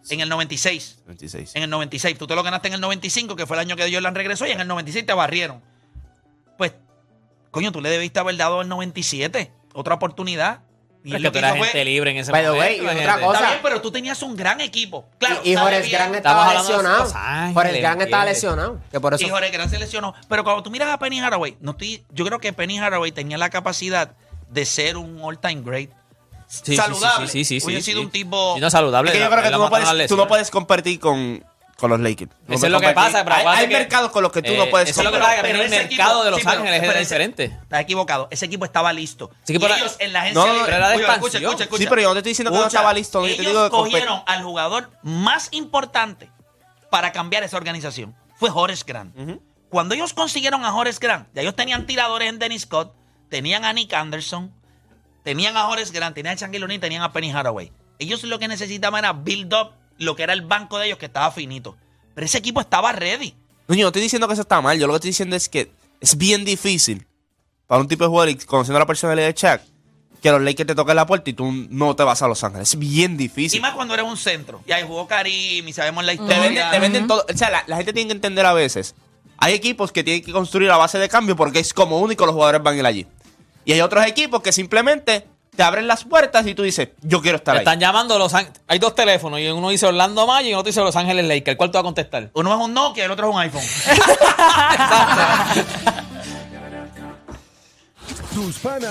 Speaker 3: en el 96.
Speaker 7: 26.
Speaker 3: En el 96. Tú te lo ganaste en el 95, que fue el año que Jordan regresó, y en el 96 te barrieron. Pues, coño, tú le debiste haber dado el 97 otra oportunidad. Y
Speaker 4: Es
Speaker 3: lo que
Speaker 4: que tú eras
Speaker 3: hizo fue-
Speaker 4: gente libre en ese
Speaker 5: By the
Speaker 4: momento.
Speaker 5: way, y
Speaker 4: la
Speaker 5: otra
Speaker 4: gente.
Speaker 5: cosa.
Speaker 3: Está bien, pero tú tenías un gran equipo. Claro,
Speaker 5: y Jorge Gran estaba
Speaker 4: hablando de
Speaker 5: lesionado.
Speaker 4: Los Ángeles,
Speaker 5: Jorge Gran estaba
Speaker 4: ¿entiendes?
Speaker 5: lesionado. Que por eso.
Speaker 3: Y Jorge Gran se lesionó. Pero cuando tú miras a Penny Haraway, no estoy, yo creo que Penny Haraway tenía la capacidad de ser un all-time great.
Speaker 4: Sí, sí,
Speaker 3: saludable.
Speaker 4: Sí, sí, sí.
Speaker 3: Hubiera
Speaker 4: sí,
Speaker 3: sido
Speaker 4: sí.
Speaker 3: un tipo-
Speaker 4: Sí, no, saludable.
Speaker 7: Es que yo
Speaker 4: la-
Speaker 7: creo que
Speaker 4: la
Speaker 7: tú no,
Speaker 4: mataron a
Speaker 7: puedes, tú
Speaker 4: Leslie.
Speaker 7: no puedes competir con, con los Lakers. No
Speaker 4: Eso
Speaker 7: puedes
Speaker 4: es lo que
Speaker 7: competir.
Speaker 4: pasa, pero
Speaker 7: Hay,
Speaker 4: acuérdate
Speaker 7: hay
Speaker 4: que-
Speaker 7: mercados con los que tú
Speaker 4: eh,
Speaker 7: no puedes
Speaker 4: eso es lo que
Speaker 7: competir.
Speaker 4: pasa, que el
Speaker 3: ese
Speaker 4: mercado de Los
Speaker 3: pero-
Speaker 4: Ángeles
Speaker 3: pero
Speaker 4: era
Speaker 3: ese-
Speaker 4: diferente.
Speaker 3: Estás equivocado. Ese equipo estaba listo.
Speaker 4: Sí, pero-
Speaker 3: y ellos en la
Speaker 4: No,
Speaker 3: agencia
Speaker 4: no,
Speaker 3: libre-
Speaker 4: pero era de
Speaker 3: Oye,
Speaker 4: expansión.
Speaker 3: escucha, escucha, escucha.
Speaker 7: Sí, pero yo no te estoy diciendo que no
Speaker 3: Escucha,
Speaker 7: estaba listo, yo te
Speaker 3: ellos
Speaker 7: digo de competir.
Speaker 3: cogieron al jugador más importante para cambiar esa organización. Fue Horace Grant. Cuando ellos consiguieron a Horace Grant, ya ellos tenían tiradores en Dennis Scott, tenían a Nick Anderson, tenían a Horace Grant, tenían a Shaquille O'Neal, tenían a Penny Haraway. Ellos lo que necesitaban era build up lo que era el banco de ellos que estaba finito. Pero ese equipo estaba ready.
Speaker 7: No, yo no estoy diciendo que eso está mal. Yo lo que estoy diciendo es que es bien difícil para un tipo de jugador, y conociendo la personalidad de Chuck, que los Lakers te toquen la puerta y tú no te vas a Los Ángeles. Es bien
Speaker 3: Y
Speaker 7: difícil.
Speaker 3: más cuando eres un centro. Y ahí jugó Karim y sabemos la
Speaker 7: Te
Speaker 3: historia.
Speaker 7: venden, te venden todo. O sea, la, la gente tiene que entender a veces. Hay equipos que tienen que construir a base de cambio porque es como único los jugadores van a ir allí. Y hay otros equipos que simplemente te abren las puertas y tú dices, yo quiero estar
Speaker 4: Te
Speaker 7: ahí.
Speaker 4: están llamando Los Ángeles. Hay dos teléfonos y uno dice Orlando Magic y el otro dice Los Ángeles Lakers. ¿Cuál te va a contestar?
Speaker 3: Uno es un Nokia y el otro es un iPhone.
Speaker 9: Tus panas.